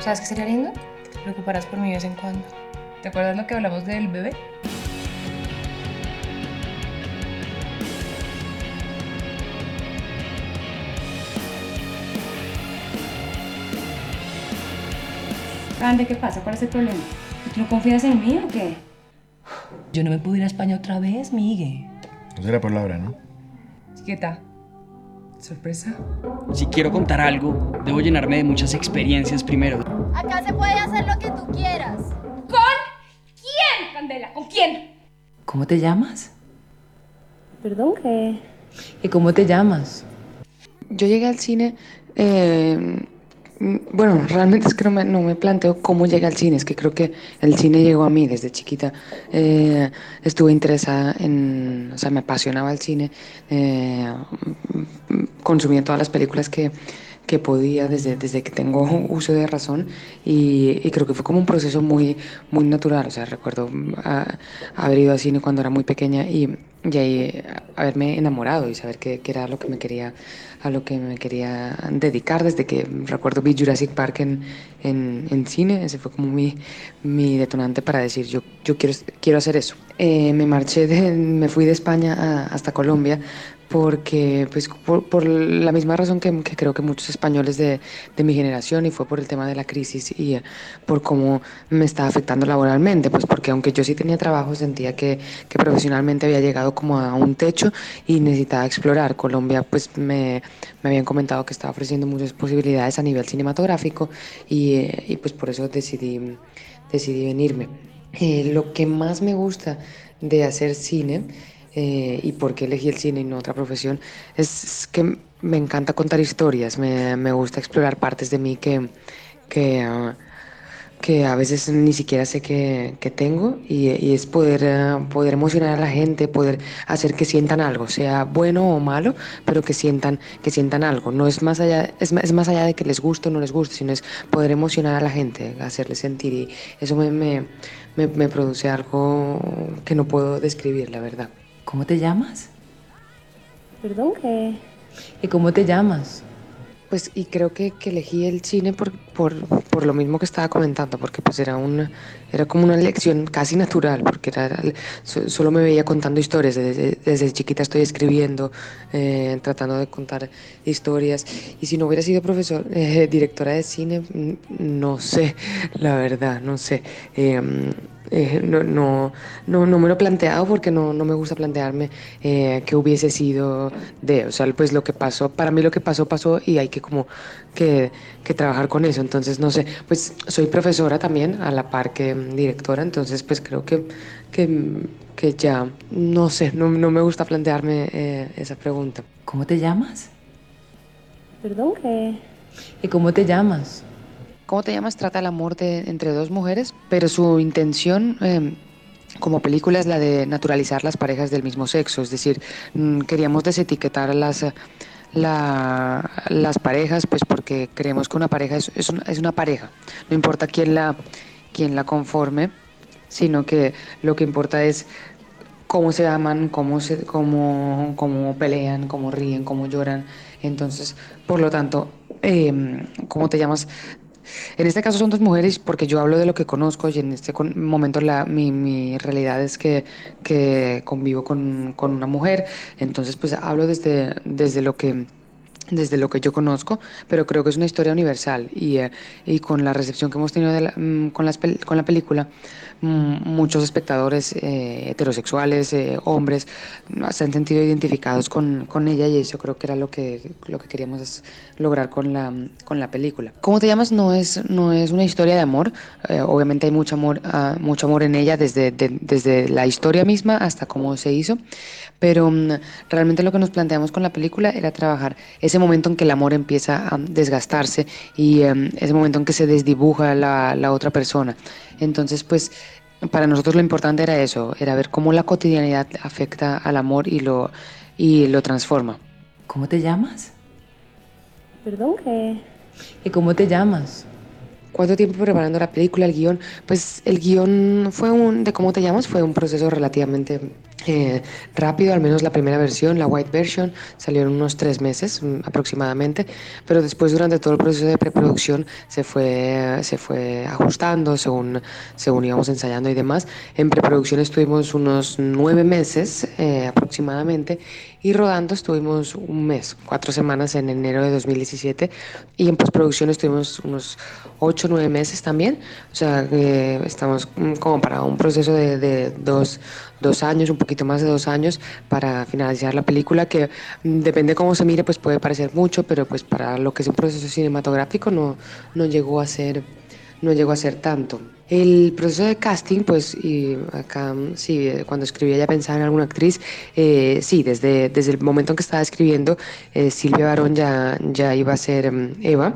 ¿Sabes qué sería lindo? Que te preocuparas por mí de vez en cuando. ¿Te acuerdas lo que hablamos del bebé? Ande, ¿qué pasa? ¿Cuál es el problema? ¿Tú no confías en mí o qué? Yo no me puedo ir a España otra vez, Migue. No será por Laura, ¿no? Chiquita. ¿Sorpresa? Si quiero contar algo, debo llenarme de muchas experiencias primero. Acá se puede hacer lo que tú quieras. ¡Ven, Candela! ¿Con quién? ¿Cómo te llamas? Perdón, que ¿Y cómo te llamas? Yo llegué al cine. eh, mm, bueno, realmente es que no me, no me planteo cómo llegué al cine. Es que creo que el cine llegó a mí desde chiquita. Eh, estuve interesada en. O sea, me apasionaba el cine. eh, mm, mm, consumía todas las películas que, que podía desde, desde que tengo uso de razón y, y creo que fue como un proceso muy, muy natural. O sea, recuerdo mm, a- haber ido al cine cuando era muy pequeña y, y ahí eh, haberme enamorado y saber que, que era lo que me quería, a lo que me quería dedicar desde que mm, recuerdo vi Jurassic Park en, en, en cine. Ese fue como mi, mi detonante para decir yo, yo quiero, quiero hacer eso. Eh, me marché, de- me fui de España a- hasta Colombia porque pues por, por la misma razón que, que creo que muchos españoles de, de mi generación y fue por el tema de la crisis y eh, por cómo me estaba afectando laboralmente, pues porque aunque yo sí tenía trabajo sentía que, que profesionalmente había llegado como a un techo y necesitaba explorar. Colombia pues me, me habían comentado que estaba ofreciendo muchas posibilidades a nivel cinematográfico y, eh, y pues por eso decidí, decidí venirme. Eh, lo que más me gusta de hacer cine eh, y por qué elegí el cine y no otra profesión, es, es que me encanta contar historias, me, me gusta explorar partes de mí que, que, ah, que a veces ni siquiera sé que, que tengo y, y es poder, eh, poder emocionar a la gente, poder hacer que sientan algo, sea bueno o malo, pero que sientan, que sientan algo. No es más allá, es, ma- es más allá de que les guste o no les guste, sino es poder emocionar a la gente, hacerles sentir y eso me, me, me, me produce algo que no puedo describir, la verdad. ¿Cómo te llamas? Perdón, que ¿Y cómo te llamas? Pues y creo que, que elegí el cine por, por, por lo mismo que estaba comentando, porque pues era una era como una elección casi natural, porque era, so- solo me veía contando historias, desde, desde chiquita estoy escribiendo, eh, tratando de contar historias, y si no hubiera sido profesor, eh, directora de cine, mm, no sé, la verdad, no sé. Eh, eh, no, no, no, no me lo he planteado porque no, no me gusta plantearme eh, qué hubiese sido de, o sea, pues lo que pasó, para mí lo que pasó, pasó y hay que como que, que trabajar con eso. Entonces, no sé, pues soy profesora también a la par que mm, directora, entonces pues creo que, que, mm, que ya, no sé, no, no me gusta plantearme eh, esa pregunta. ¿Cómo te llamas? Perdón, que ¿Y cómo te llamas? ¿Cómo te llamas? Trata el amor de, entre dos mujeres, pero su intención eh, como película es la de naturalizar las parejas del mismo sexo, es decir, mm, queríamos desetiquetar las... eh, la- las parejas, pues porque creemos que una pareja es, es una, es una pareja, no importa quién la, quién la conforme, sino que lo que importa es cómo se aman, cómo, se, cómo, cómo pelean, cómo ríen, cómo lloran. Entonces, por lo tanto, em, ¿cómo te llamas? En este caso son dos mujeres porque yo hablo de lo que conozco y en este con- momento la, mi, mi realidad es que, que convivo con, con una mujer, entonces pues hablo desde, desde lo que desde lo que yo conozco, pero creo que es una historia universal y, eh, y con la recepción que hemos tenido de la- mm, con, las pel- con la película, mm, muchos espectadores eh, heterosexuales, eh, hombres, mm, se han sentido identificados con, con ella y eso creo que era lo que, lo que queríamos es lograr con la, con la película. ¿Cómo te llamas? No es, no es una historia de amor, eh, obviamente hay mucho amor, ah, mucho amor en ella desde, de- desde la historia misma hasta cómo se hizo, pero mm, realmente lo que nos planteamos con la película era trabajar ese momento en que el amor empieza a desgastarse y em, ese momento en que se desdibuja la, la otra persona. Entonces, pues para nosotros lo importante era eso, era ver cómo la cotidianidad afecta al amor y lo, y lo transforma. ¿Cómo te llamas? Perdón, que ¿Y cómo te llamas? ¿Cuánto tiempo preparando la película, el guión? Pues el guión fue un, de cómo te llamas, fue un proceso relativamente eh, rápido, al menos la primera versión, la white version, salió en unos tres meses mm, aproximadamente, pero después durante todo el proceso de preproducción se fue, se fue ajustando según, según íbamos ensayando y demás. En preproducción estuvimos unos nueve meses eh, aproximadamente y rodando estuvimos un mes, cuatro semanas en enero de 2017 y en postproducción estuvimos unos ocho, nueve meses también. O sea, eh, estamos mm, como para un proceso de, de dos, dos años, un poquito más de dos años para finalizar la película que mm, depende cómo se mire, pues puede parecer mucho, pero pues para lo que es un proceso cinematográfico no, no llegó a ser no llegó a ser tanto. El proceso de casting, pues, y acá mm, sí, eh, cuando escribía ya pensaba en alguna actriz, eh, sí, desde, desde el momento en que estaba escribiendo, eh, Silvia Barón ya, ya iba a ser mm, Eva.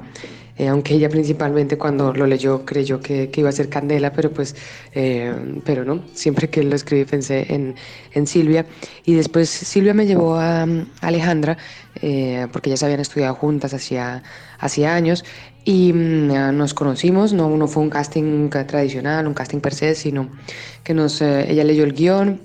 eh, aunque ella principalmente cuando lo leyó creyó que, que iba a ser Candela, pero pues, eh, pero no, siempre que lo escribí pensé en, en Silvia. Y después Silvia me llevó a mm, Alejandra, eh, porque ellas habían estudiado juntas hacía, hacía años, y mm, eh, nos conocimos, no, no fue un casting ca- tradicional, un casting per se, sino que nos, eh, ella leyó el guión,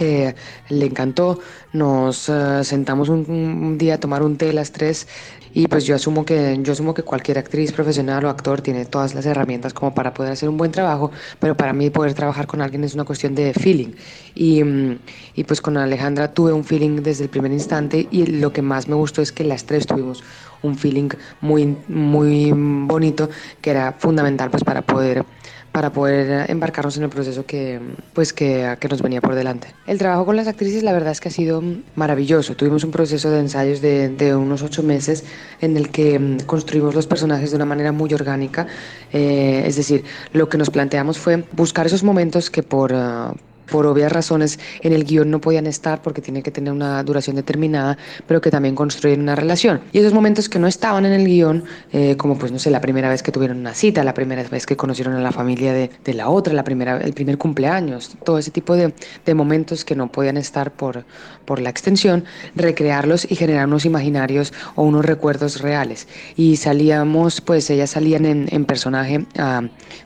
eh, le encantó, nos eh, sentamos un, un día a tomar un té las tres y pues yo asumo que yo asumo que cualquier actriz profesional o actor tiene todas las herramientas como para poder hacer un buen trabajo, pero para mí poder trabajar con alguien es una cuestión de feeling y, mm, y pues con Alejandra tuve un feeling desde el primer instante y lo que más me gustó es que las tres tuvimos un feeling muy muy bonito que era fundamental pues para poder para poder embarcarnos en el proceso que, pues que, que nos venía por delante. El trabajo con las actrices la verdad es que ha sido maravilloso. Tuvimos un proceso de ensayos de, de unos ocho meses en el que mm, construimos los personajes de una manera muy orgánica. Eh, es decir, lo que nos planteamos fue buscar esos momentos que por... ah, por obvias razones en el guión no podían estar porque tiene que tener una duración determinada, pero que también construyen una relación. Y esos momentos que no estaban en el guión, eh, como pues no sé, la primera vez que tuvieron una cita, la primera vez que conocieron a la familia de, de la otra, la primera, el primer cumpleaños, todo ese tipo de, de momentos que no podían estar por, por la extensión, recrearlos y generar unos imaginarios o unos recuerdos reales. Y salíamos, pues ellas salían en, en personaje a,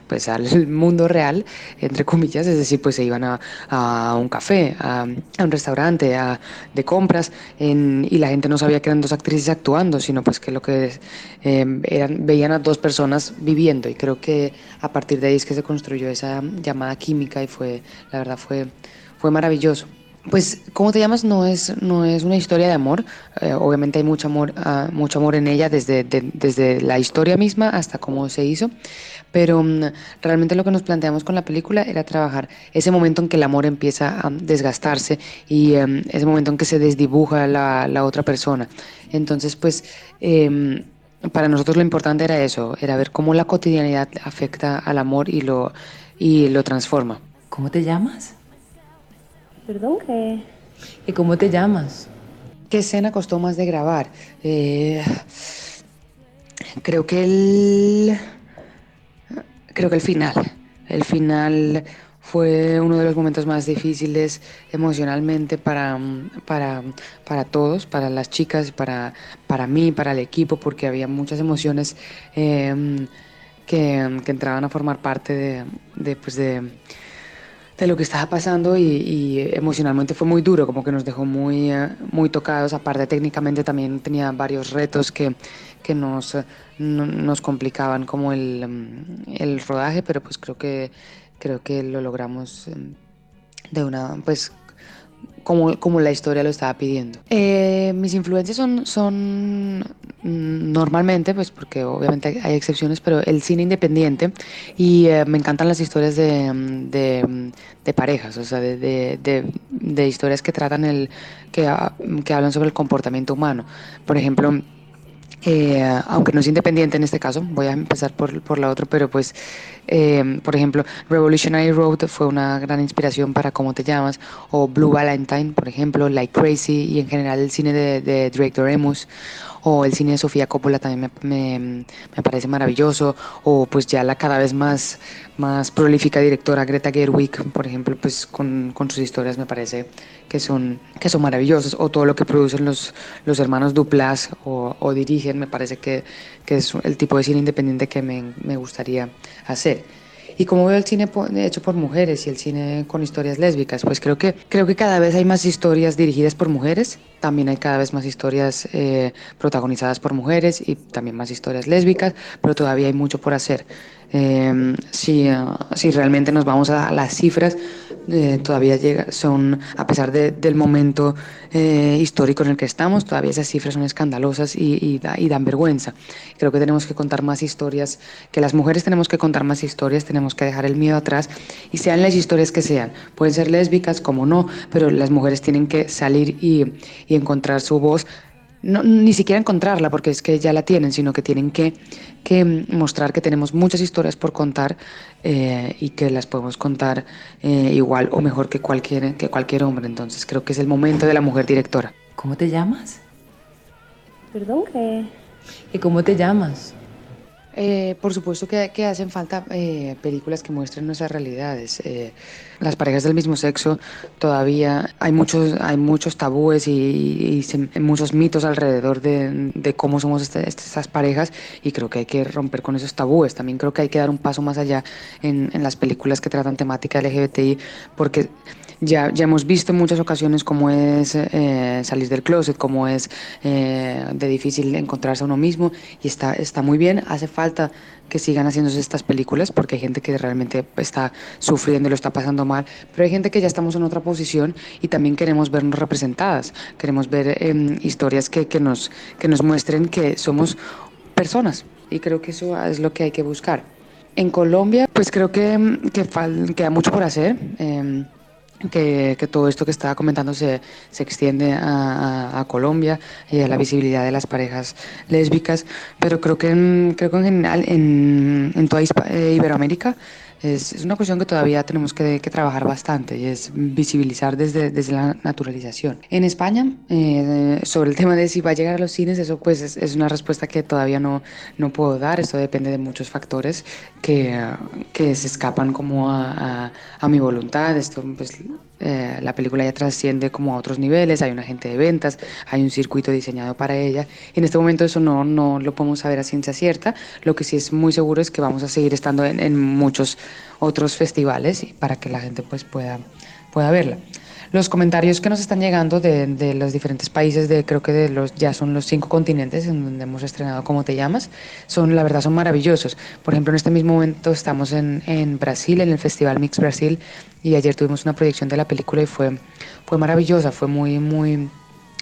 pues, al mundo real, entre comillas, es decir, pues se iban a, a un café, a, a un restaurante, a, de compras, en- y la gente no sabía que eran dos actrices actuando, sino pues que lo que eh, eran, veían a dos personas viviendo. Y creo que a partir de ahí es que se construyó esa llamada química y fue, la verdad, fue, fue maravilloso. Pues, ¿cómo te llamas? No es, no es una historia de amor. Eh, obviamente hay mucho amor, ah, mucho amor en ella desde, de- desde la historia misma hasta cómo se hizo. Pero mm, realmente lo que nos planteamos con la película era trabajar ese momento en que el amor empieza a mm, desgastarse y em, ese momento en que se desdibuja la, la otra persona. Entonces, pues... em, para nosotros lo importante era eso, era ver cómo la cotidianidad afecta al amor y lo, y lo transforma. ¿Cómo te llamas? ¿Perdón qué? ¿Y cómo te llamas? ¿Qué escena costó más de grabar? Eh, creo que el. Creo que el final. El final fue uno de los momentos más difíciles emocionalmente para, mm, para, para todos, para las chicas, para, para mí, para el equipo, porque había muchas emociones eh, que, que entraban a formar parte de, de, pues de, de lo que estaba pasando y, y emocionalmente fue muy duro, como que nos dejó muy, eh, muy tocados. Aparte técnicamente también tenía varios retos que, que nos, eh, no- nos complicaban como el, mm, el rodaje, pero pues creo que, creo que lo logramos em, de una, pues como, como la historia lo estaba pidiendo. Eh, mis influencias son, son mm, normalmente, pues porque obviamente hay- hay excepciones, pero el cine independiente y eh, me encantan las historias de, mm, de, mm, de parejas, o sea, de, de- de- de historias que tratan el, que, ah, que hablan sobre el comportamiento humano. Por ejemplo, eh, aunque no es independiente en este caso, voy a empezar por, por la otra, pero pues, eh, por ejemplo, Revolutionary Road fue una gran inspiración para cómo te llamas, o Blue Valentine, por ejemplo, Like Crazy, y en general el cine de, de Drake Doremus, o el cine de Sofía Coppola también me, me- me parece maravilloso, o pues ya la cada vez más, más prolífica directora Greta Gerwig, por ejemplo, pues con, con sus historias me parece que son, que son maravillosas, o todo lo que producen los, los hermanos Duplas o, o dirigen, me parece que, que es el tipo de cine independiente que me, me gustaría hacer. Y como veo el cine po- hecho por mujeres y el cine con historias lésbicas, pues creo que, creo que cada vez hay más historias dirigidas por mujeres, también hay cada vez más historias eh, protagonizadas por mujeres y también más historias lésbicas, pero todavía hay mucho por hacer. Eh, si, ah, si realmente nos vamos a las cifras, eh, todavía llega- son, a pesar de- del momento eh, histórico en el que estamos, todavía esas cifras son escandalosas y, y da- y dan vergüenza. Creo que tenemos que contar más historias, que las mujeres tenemos que contar más historias, tenemos que dejar el miedo atrás y sean las historias que sean. Pueden ser lésbicas, como no, pero las mujeres tienen que salir y, y encontrar su voz. No, ni siquiera encontrarla porque es que ya la tienen, sino que tienen que, que mm, mostrar que tenemos muchas historias por contar eh, y que las podemos contar eh, igual o mejor que cualquier, que cualquier hombre. Entonces creo que es el momento de la mujer directora. ¿Cómo te llamas? ¿Perdón qué? ¿Y cómo te llamas? Eh, por supuesto que, que hacen falta eh, películas que muestren nuestras realidades. Eh, las parejas del mismo sexo todavía hay muchos, hay muchos tabúes y, y se- muchos mitos alrededor de, de cómo somos esta- estas parejas y creo que hay que romper con esos tabúes. También creo que hay que dar un paso más allá en, en las películas que tratan temática LGBTI porque ya, ya hemos visto en muchas ocasiones cómo es eh, salir del closet, cómo es eh, de difícil encontrarse a uno mismo y está, está muy bien, hace falta que sigan haciéndose estas películas porque hay gente que realmente está sufriendo y lo está pasando mal, pero hay gente que ya estamos en otra posición y también queremos vernos representadas, queremos ver em, historias que, que, nos, que nos muestren que somos personas y creo que eso es lo que hay que buscar. En Colombia, pues creo que, mm, que fal- queda mucho por hacer. em, que, que todo esto que estaba comentando se, se extiende a, a- a Colombia y a la visibilidad de las parejas lésbicas, pero creo que en, creo que en general en, en toda Hispa- eh, Iberoamérica es, es una cuestión que todavía tenemos que, que trabajar bastante y es visibilizar desde, desde la naturalización. En España, eh, sobre el tema de si va a llegar a los cines, eso pues es, es una respuesta que todavía no, no puedo dar, esto depende de muchos factores que, eh, que se escapan como a, a- a mi voluntad, esto pues eh, la película ya trasciende como a otros niveles, hay un agente de ventas, hay un circuito diseñado para ella. En este momento eso no, no lo podemos saber a ciencia cierta, lo que sí es muy seguro es que vamos a seguir estando en, en muchos otros festivales y para que la gente pues pueda, pueda verla. Los comentarios que nos están llegando de, de los diferentes países, de creo que de los ya son los cinco continentes en donde hemos estrenado Cómo te llamas, son la verdad son maravillosos. Por ejemplo, en este mismo momento estamos en, en Brasil, en el Festival Mix Brasil, y ayer tuvimos una proyección de la película y fue, fue maravillosa, fue muy, muy,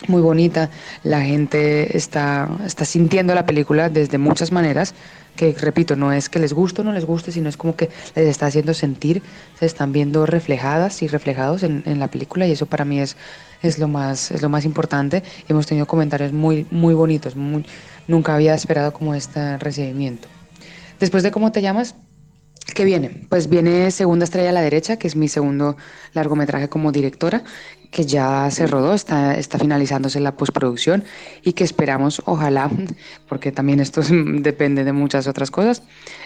muy bonita. La gente está, está sintiendo la película desde muchas maneras, que repito, no es que les guste o no les guste, sino es como que les está haciendo sentir, se están viendo reflejadas y reflejados en, en la película y eso para mí es, es, lo más, es lo más importante. Hemos tenido comentarios muy, muy bonitos, muy- nunca había esperado como este recibimiento. Después de cómo te llamas, ¿Qué viene? Pues viene Segunda Estrella a la Derecha, que es mi segundo largometraje como directora, que ya se rodó, está, está finalizándose la postproducción y que esperamos, ojalá, porque también esto es- depende de muchas otras cosas,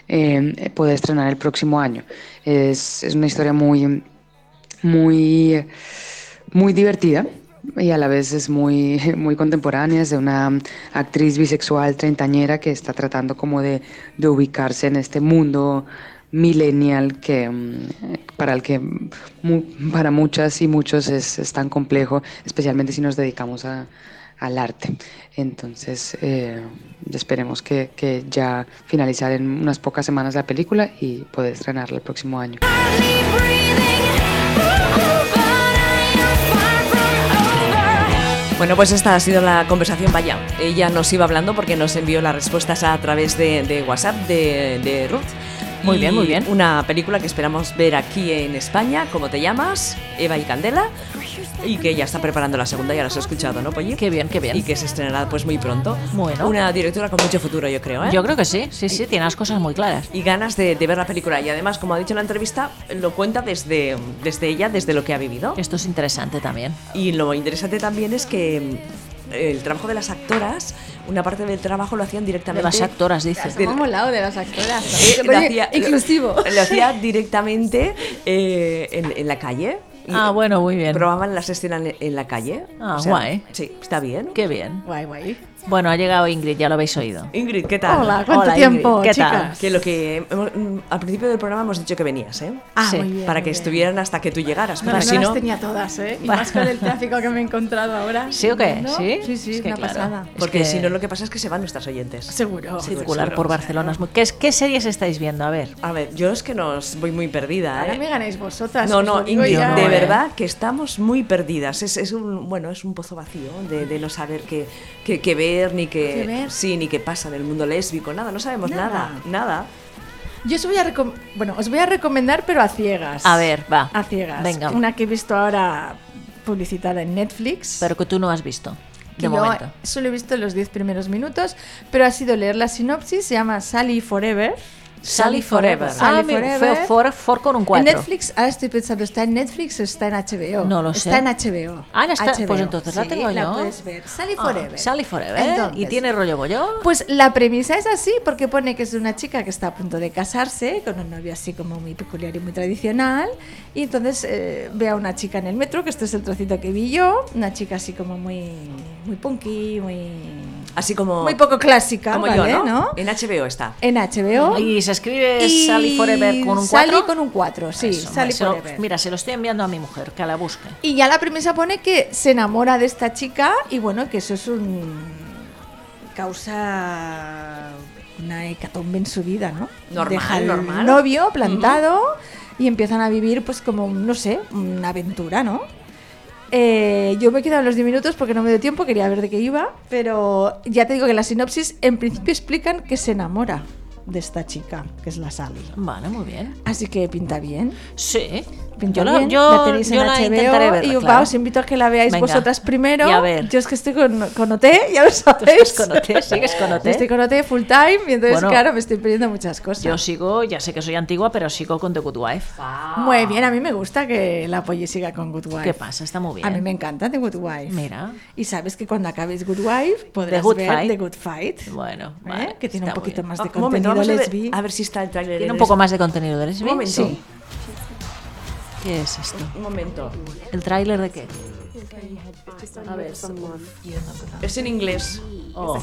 eh, poder estrenar el próximo año. Es, es una historia muy, muy, muy divertida y a la vez es muy, muy contemporánea, es de una actriz bisexual treintañera que está tratando como de, de ubicarse en este mundo millennial que mm, para el que mu- para muchas y muchos es, es tan complejo, especialmente si nos dedicamos a- al arte. Entonces eh, esperemos que, que ya finalizar en unas pocas semanas la película y poder estrenarla el próximo año. Bueno, pues esta ha sido la conversación. Vaya, ella nos iba hablando porque nos envió las respuestas a través de, de WhatsApp de, de Ruth. Muy Y bien, muy bien. Una película que esperamos ver aquí en España, ¿cómo te llamas? Eva y Candela. Y que ya está preparando la segunda, ya las he escuchado, ¿no, Polly? Qué bien, qué bien. Y que se estrenará pues muy pronto. Bueno. Una directora con mucho futuro, yo creo, ¿eh? Yo creo que sí, sí, sí, tiene las cosas muy claras. y ganas de, de ver la película. Y además, como ha dicho en la entrevista, lo cuenta desde, desde ella, desde lo que ha vivido. Esto es interesante también. Y lo interesante también es que mm, el trabajo de las actoras, una parte del trabajo lo hacían De directamente. las actoras, dice. De- Vamos al lado de las actoras. eh, lo Oye, hacía- inclusivo. Lo, lo hacía directamente eh, en, en la calle. Y Ah, bueno, muy bien. Probaban las escenas en, en la calle. Ah, guay. Sí, está bien. Qué bien. Guay, guay. Bueno, ha llegado Ingrid, ya lo habéis oído. Ingrid, ¿qué tal? Hola, ¿cuánto Hola, tiempo, Ingrid, ¿qué chicas? Que lo que hemos- mm, al principio del programa hemos dicho que venías, ¿eh? Ah, Sí, muy bien, Para muy que bien. estuvieran hasta que tú llegaras. Bueno, porque no si las no, tenía todas, ¿eh? Y más con el tráfico que me he encontrado ahora. ¿Sí o qué? ¿No? Sí, sí, sí, Es que una claro. pasada. Es porque que si no lo pues que pasa es que se van nuestras oyentes. Seguro. circular por Barcelona es muy... ¿Qué, es- qué series estáis viendo? A ver. A ver, yo es que nos voy muy perdida, Ahora ¿eh? me ganáis vosotras. No, os lo no, digo Ingrid, ya. de No, eh. verdad que estamos muy perdidas. Es, es un bueno, es un pozo vacío de, de no saber qué, qué- qué ver ni qué, ¿Qué ver? sí ni qué pasa en el mundo lésbico, nada, no sabemos nada, Nada. nada. Yo os voy a, recom- bueno, os voy a recomendar, pero a ciegas. A ver, va. A ciegas. Venga. Una que he visto ahora publicitada en Netflix. Pero que tú no has visto. que De yo momento. solo he visto los 10 primeros minutos, pero ha sido leer la sinopsis, se llama Sally Forever. Sally Forever. Sally ah, me- Forever. fue for, for con un 4. En Netflix, ahora estoy pensando, ¿está en Netflix o está en HBO? No lo sé. Está en HBO. Ah, la está- HBO. pues entonces la Sí, tengo yo. puedes ver. Sally Ah, Forever. Sally Forever. ¿Y Entonces, tiene rollo bollo? Pues la premisa es así, porque pone que es de una chica que está a punto de casarse con un novio así como muy peculiar y muy tradicional. Y entonces eh, ve a una chica en el metro, que este es el trocito que vi yo, una chica así como muy, muy punky, muy, Así como. muy poco clásica, Como ¿vale? yo, ¿no? ¿No? En HBO está. En HBO. Y se escribe Y Sally Forever con un 4. Sally con un 4, sí, Eso, Sally se lo- Forever. Mira, se lo estoy enviando a mi mujer, que la busque. Y ya la premisa pone que se enamora de esta chica y bueno, que eso es un causa una hecatombe en su vida, ¿no? Normal, Deja al normal. novio plantado y empiezan a vivir pues como, no sé, una aventura, ¿no? Eh, yo me he quedado en los 10 minutos porque no me dio tiempo, quería ver de qué iba, pero ya te digo que la sinopsis en principio explican que se enamora de esta chica, que es la Sally. Vale, muy bien. Así que pinta bien. Sí. Pinta yo la, bien, yo, la tenéis en yo HBO la intentaré ver. y os, claro. va, os invito a que la veáis Venga, vosotras primero. y a ver. Yo es que estoy con, con OT, ya lo sabéis. Sigues con OT, sigues con OT. Yo estoy con OT full time y entonces, Bueno. claro, me estoy perdiendo muchas cosas. Yo sigo, ya sé que soy antigua, pero sigo con The Good Wife. Muy bien, a mí me gusta que la apoye y siga con Good Wife. ¿Qué pasa? Está muy bien. A mí me encanta The Good Wife. Mira. Y sabes que cuando acabes Good Wife podrás Good ver Fight. The Good Fight. Bueno, ¿eh? vale, que tiene un está muy poquito bien. más Ah, de un momento, contenido vamos a ver, lesbi. a ver si está el tráiler. Tiene en un poco esto. más de contenido de Un lesbian. momento. Sí. ¿Qué es esto? Un momento. ¿El tráiler de qué? Es en inglés. Oh,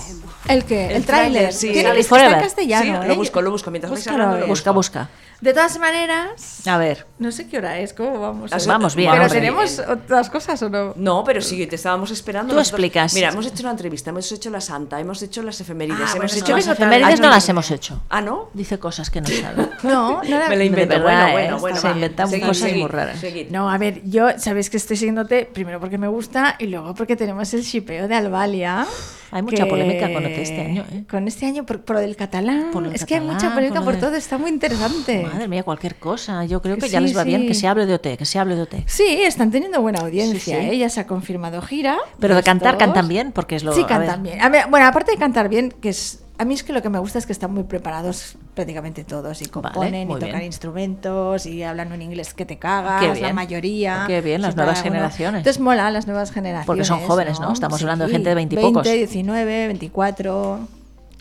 ¿El qué? El, tráiler. sí. Tiene- Sally Está Forever. en castellano, Sí, ¿eh? lo busco, lo busco. Mientras vais Búscalo, hablando, a lo ver. busca, busca. De todas maneras, A ver. No sé qué hora es, ¿cómo vamos? Las- Vamos bien, ¿Pero vamos bien. tenemos otras cosas o no? No, pero sí, te estábamos esperando. Tú explicas. Mira, hemos hecho una entrevista, hemos hecho la santa, hemos hecho las efemérides, hemos Ah, bueno, hecho... no, Las vengo tarde. efemérides no Ay, las no. hemos hecho. Ah, ¿no? Dice cosas que no sabe. No, no la- Me la invento. De bueno, verdad, bueno, ¿eh? bueno. Se va. inventan Seguid, cosas seguid, muy raras. seguid. No, a ver, yo sabéis que estoy siguiéndote primero porque me gusta y luego porque tenemos el shipeo de Albalia. Hay mucha polémica con lo de este año, ¿eh? Con este año, por, por lo del catalán. Por lo del Mm, es que hay mucha catalán, polémica con lo por de- todo, está muy interesante. Madre mía, cualquier cosa. Yo creo que, Que ya sí, les va bien sí. que se hable de OT, que se hable de OT. Sí, están teniendo buena audiencia, Sí, sí. ¿eh? ya se ha confirmado gira. Pero de Los cantar, dos. cantan bien, porque es lo Sí, a cantan ver. bien. A ver, bueno, aparte de cantar bien, que es a mí es que lo que me gusta es que están muy preparados prácticamente todos y Vale, componen muy y tocan bien. instrumentos y hablan un inglés que te cagas, Qué bien. la mayoría. Qué bien, las Siempre nuevas alguno- generaciones. Entonces mola las nuevas generaciones. Porque son jóvenes, ¿no? Estamos hablando de gente de 20 y 20, pocos. 19, 24.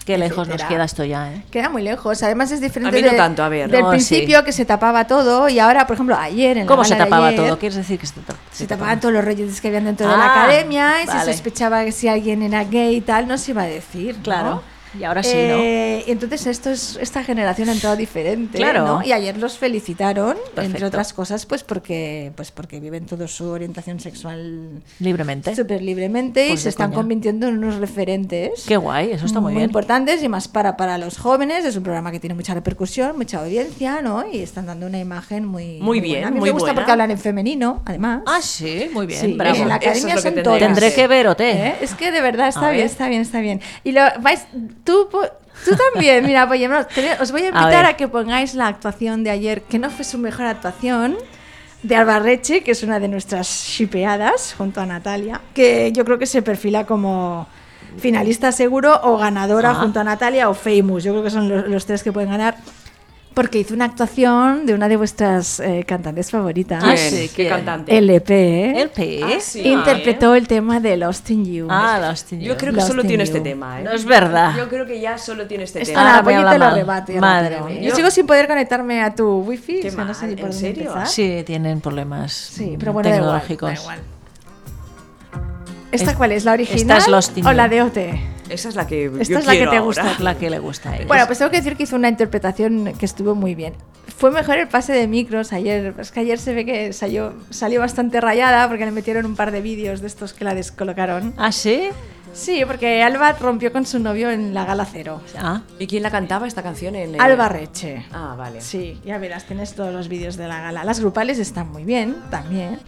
Qué lejos nos etcétera. queda esto ya, ¿eh? Queda muy lejos, además es diferente A mí no de- tanto, a ver. del No, sí. principio que se tapaba todo y ahora, por ejemplo, ayer en la ¿Cómo se gala de tapaba ayer, todo? ¿Quieres decir que se, ta- se tapaban todos los rollos que habían dentro de Ah, la academia y vale. se sospechaba que si alguien era gay y tal, no se iba a decir. ¿no? Claro. Y ahora sí, Eh, y entonces esto es, esta generación ha entrado diferente. Claro. ¿no? Y ayer los felicitaron, entre Perfecto. otras cosas, pues porque, pues porque viven toda su orientación sexual ¿no? Libremente. súper libremente Pues y de se están coña. convirtiendo en unos referentes. Qué guay, eso está muy, bien. importantes y más para, para los jóvenes. Es un programa que tiene mucha repercusión, mucha audiencia, ¿no? Y están dando una imagen muy. Muy bien, buena. A mí muy me gusta buena. porque hablan en femenino, además. Ah, sí, muy bien, Sí, bravo. en la Eso es academia lo que son tendré todas. que Tendré que ver OT. ¿Eh? Es que de verdad Ah, A está ver. bien, está bien, está bien. Y lo vais, tú, po- tú también, mira, pues, llamaros, te- os voy a ver. invitar a, que pongáis la actuación de ayer, que no fue su mejor actuación, de Albarreche, que es una de nuestras shipeadas, junto a Natalia, que yo creo que se perfila como finalista seguro o ganadora Ah. junto a Natalia o Famous. Yo creo que son lo- los, tres que pueden ganar. Porque hizo una actuación de una de vuestras eh, cantantes favoritas. Ah, ¿Quién? sí, ¿Qué ¿quién? cantante? LP, ¿eh? El P. Ah, sí. Interpretó el tema de Lost in You. Ah, Dustin. Yo creo que Lost solo in tiene you. este tema, ¿eh? No es verdad. Yo creo que ya solo tiene este Esto tema. Ahora nada, me Polly, habla te lo mal. rebate. ya Madre rápido. mía. Yo sigo sin poder conectarme a tu wifi. Qué o sea, no sé mal, ni por ¿en dónde serio? empezar. Sí, tienen problemas Sí, pero bueno, da igual, Mm, tecnológicos. da igual. ¿Esta cuál es? ¿La original? esta es Lost in ¿O You. la de OT? Esa es la que yo Esta es la que quiero te ahora. gusta. La que le gusta a ella. Bueno, pues tengo que decir que hizo una interpretación que estuvo muy bien. Fue mejor el pase de micros ayer. Es que ayer se ve que salió, salió bastante rayada porque le metieron un par de vídeos de estos que la descolocaron. ¿Ah, sí? Sí, porque Alba rompió con su novio en la gala cero. Ah, ¿Y quién la cantaba esta canción? En, eh? Alba Reche. Ah, vale. Sí, ya verás, tienes todos los vídeos de la gala. Las grupales están muy bien también.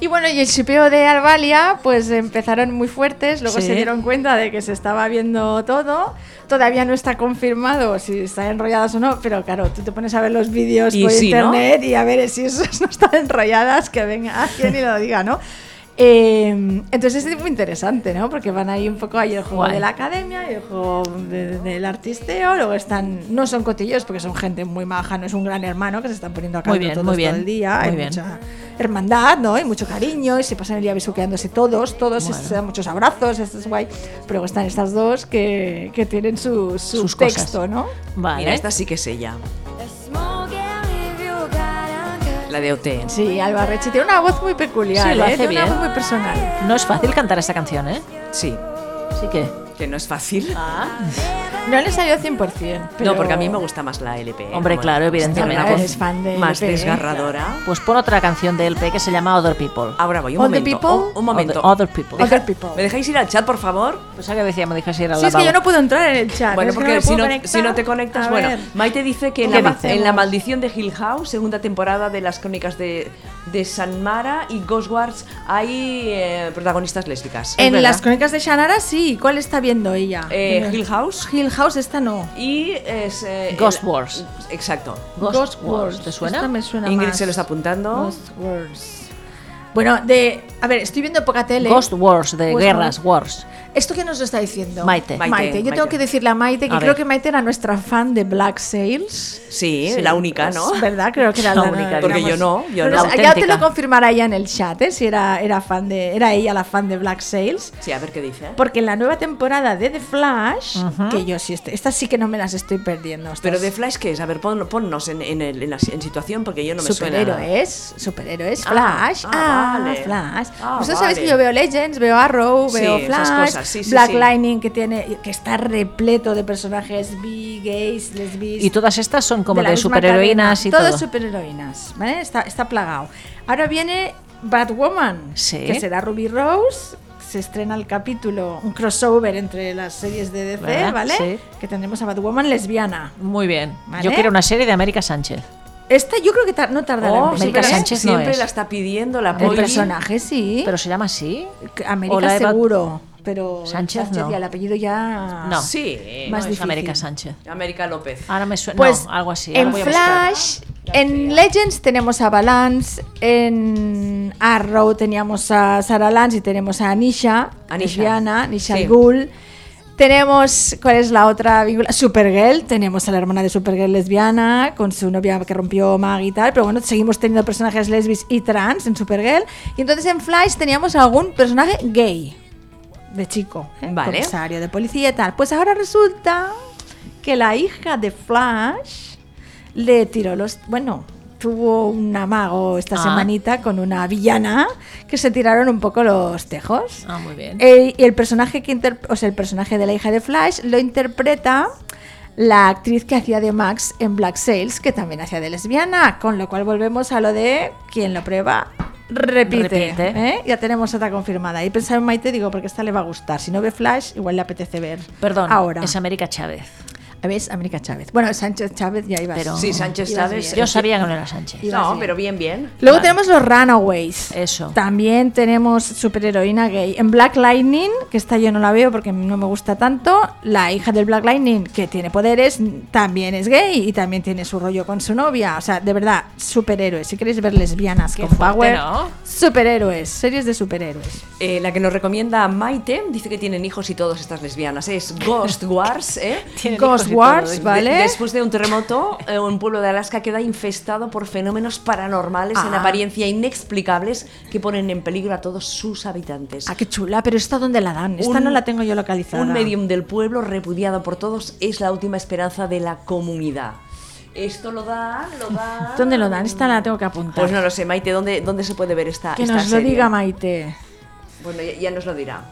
Y bueno, y el shipeo de Albalia, pues empezaron muy fuertes, luego Sí. se dieron cuenta de que se estaba viendo todo. Todavía no está confirmado si están enrolladas o no, pero claro, tú te pones a ver los vídeos Y por sí, ¿no? internet y a ver si esos no están enrolladas, que venga alguien y lo diga, ¿no? Eh, entonces es muy interesante, ¿no? Porque van ahí un poco ahí el juego Guay. de la academia, y el juego de- del artisteo, luego están, no son cotillos porque son gente muy maja, no es un gran hermano que se están poniendo a Muy caldo bien, todos muy bien, todo el día, hay muy bien. mucha hermandad, ¿no? Hay mucho cariño y se pasan el día besuqueándose todos, todos Bueno. se dan muchos abrazos, esto es guay, pero están estas dos que, que tienen su, su Sus cosas. texto, ¿no? Vale. Mira, esta sí que es ella. La de OT. Sí, Alba Reche tiene una voz muy peculiar, Sí, lo ¿eh? hace Tiene una bien. voz muy personal. No es fácil cantar esta canción, ¿eh? Sí, Así que. que no es fácil. No le salió 100%. Ah, Pero... No, porque a mí me gusta más la LP. ¿eh? Hombre, Como claro, es una evidentemente. voz Eres fan de Más LP, ¿eh? desgarradora. Pues pon otra canción de LP que se llama Other People. Ahora voy, un All the momento. people. Ah, un- Un momento. Other, other People. Other people. ¿Me dejáis ir al chat, por favor? Pues que decía, me dejas ir al Sí, es que lavabo. yo no puedo entrar en el chat. Bueno, es que porque me si, puedo no, conectar. si no te conectas, A bueno, ver. Maite dice que en ¿Qué la, dice? en la maldición de Hill House, segunda temporada de las crónicas de, de San Mara y Ghost Wars, hay eh, protagonistas lésbicas. En Es las verdad. crónicas de Shannara sí. ¿Cuál está viendo ella? Eh, Dime. Hill House Hill House, esta no. y es, eh, Ghost el- Wars. Exacto. Ghost, Wars. Wars. ¿Te suena? Esta me suena Ingrid más. se lo está apuntando. Ghost Wars. Bueno, de. A ver, estoy viendo poca tele. Ghost Wars, de Ghost guerras, wars. ¿Esto qué nos lo está diciendo? Maite. Maite. Maite, Yo Maite. tengo que decirle a Maite que A creo ver. que Maite era nuestra fan de Black Sales. Sí, la única, ¿no? Es verdad, creo que era La la, única, Porque digamos. yo no, yo Pero no. es- Ya te auténtica. lo confirmará ella en el chat, ¿eh? si era, era, fan de, era ella la fan de Black Sales. Sí, a ver qué dice. Porque en la nueva temporada de The Flash, Ujú. que yo sí, este- estas sí que no me las estoy perdiendo. estas- Pero de Flash, ¿qué es? A ver, pon- ponnos en, en el- en la- en situación porque yo no me suena. superhéroes, superhéroes, Ah, Flash, ah, ah, vale. Flash. Ah, Vosotros sabéis vale. que yo veo Legends, veo Arrow, Sí, veo esas Flash, cosas, sí, sí, Black sí. Lightning que tiene, que está repleto de personajes bi, gays, lesbis. Y todas estas son como la de, misma superheroínas cadena. y Todo todo. es superheroínas, ¿vale? Está, está plagado. Ahora viene Batwoman, Sí. que será Ruby Rose. Se estrena el capítulo, un crossover entre las series de DC, ¿Verdad? ¿vale? Sí. Que tendremos a Batwoman lesbiana. Muy bien. Yo Vale. quiero una serie de América Sánchez. Esta yo creo que tar- no tardará en Oh, verse. América siempre Sánchez no siempre es. la está pidiendo la El Polly. personaje sí. ¿Pero se llama así? Que América Hola, Eva- seguro, pero Sánchez no. y el apellido ya No. Sí. Ah, Más no, es difícil. América Sánchez. América López. Ahora me suena Pues no, algo así. ahora en voy a buscar. Flash, en Legends tenemos a Balance, en Arrow teníamos a Sarah Lance y tenemos a Anisha, Anisha. lesbiana, Anisha Sí. al Ghul. Tenemos, ¿cuál es la otra vincula? Supergirl, tenemos a la hermana de Supergirl lesbiana con su novia que rompió Mag y tal, pero bueno, seguimos teniendo personajes lesbis y trans en Supergirl. Y entonces en Flash teníamos algún personaje gay, de chico, ¿eh? Vale. comisario, de policía y tal. Pues ahora resulta que la hija de Flash le tiró los... Bueno, tuvo un amago esta Ah. semanita con una villana que se tiraron un poco los tejos. Ah, muy bien. Eh, y el personaje que inter- o sea, el personaje de la hija de Flash lo interpreta la actriz que hacía de Max en Black Sails, que también hacía de lesbiana, con lo cual volvemos a lo de quien lo prueba repite. Repite. ¿eh? Ya tenemos otra confirmada. Y pensaba en Maite, digo, porque esta le va a gustar. Si no ve Flash, igual le apetece ver. Perdón, Ahora. es América Chávez. A ver, es América Chávez. Bueno, Sánchez Chávez ya iba. Pero- Sí, Sánchez Ibas Chávez. Yo sabía que no era Sánchez. Ibas No, bien. pero bien, bien. Luego tenemos los Runaways. Eso. También tenemos superheroína gay. En Black Lightning, que esta yo no la veo porque no me gusta tanto, la hija del Black Lightning, que tiene poderes, también es gay y también tiene su rollo con su novia. O sea, de verdad, superhéroes. Si queréis ver lesbianas Qué con fuerte, power, ¿no? superhéroes, series de superhéroes. Eh, la que nos recomienda Maite, dice que tienen hijos y todos estas lesbianas. Es Ghost Wars, ¿eh? Tienen Ghost hijos y Wars, todo. De- ¿vale? después de un terremoto, eh, un pueblo de Alaska queda infestado por fenómenos paranormales en Ah. apariencia inexplicables que ponen en peligro a todos sus habitantes. Ah, qué chula, pero esta dónde la dan? Esta Un- no la tengo yo localizada. Un medium del pueblo repudiado por todos es la última esperanza de la comunidad. Esto lo da, lo da. ¿Dónde lo dan? Esta la tengo que apuntar. Pues no lo sé, Maite, ¿dónde, dónde se puede ver esta que esta nos lo serie? diga Maite. Bueno, ya, ya nos lo dirá.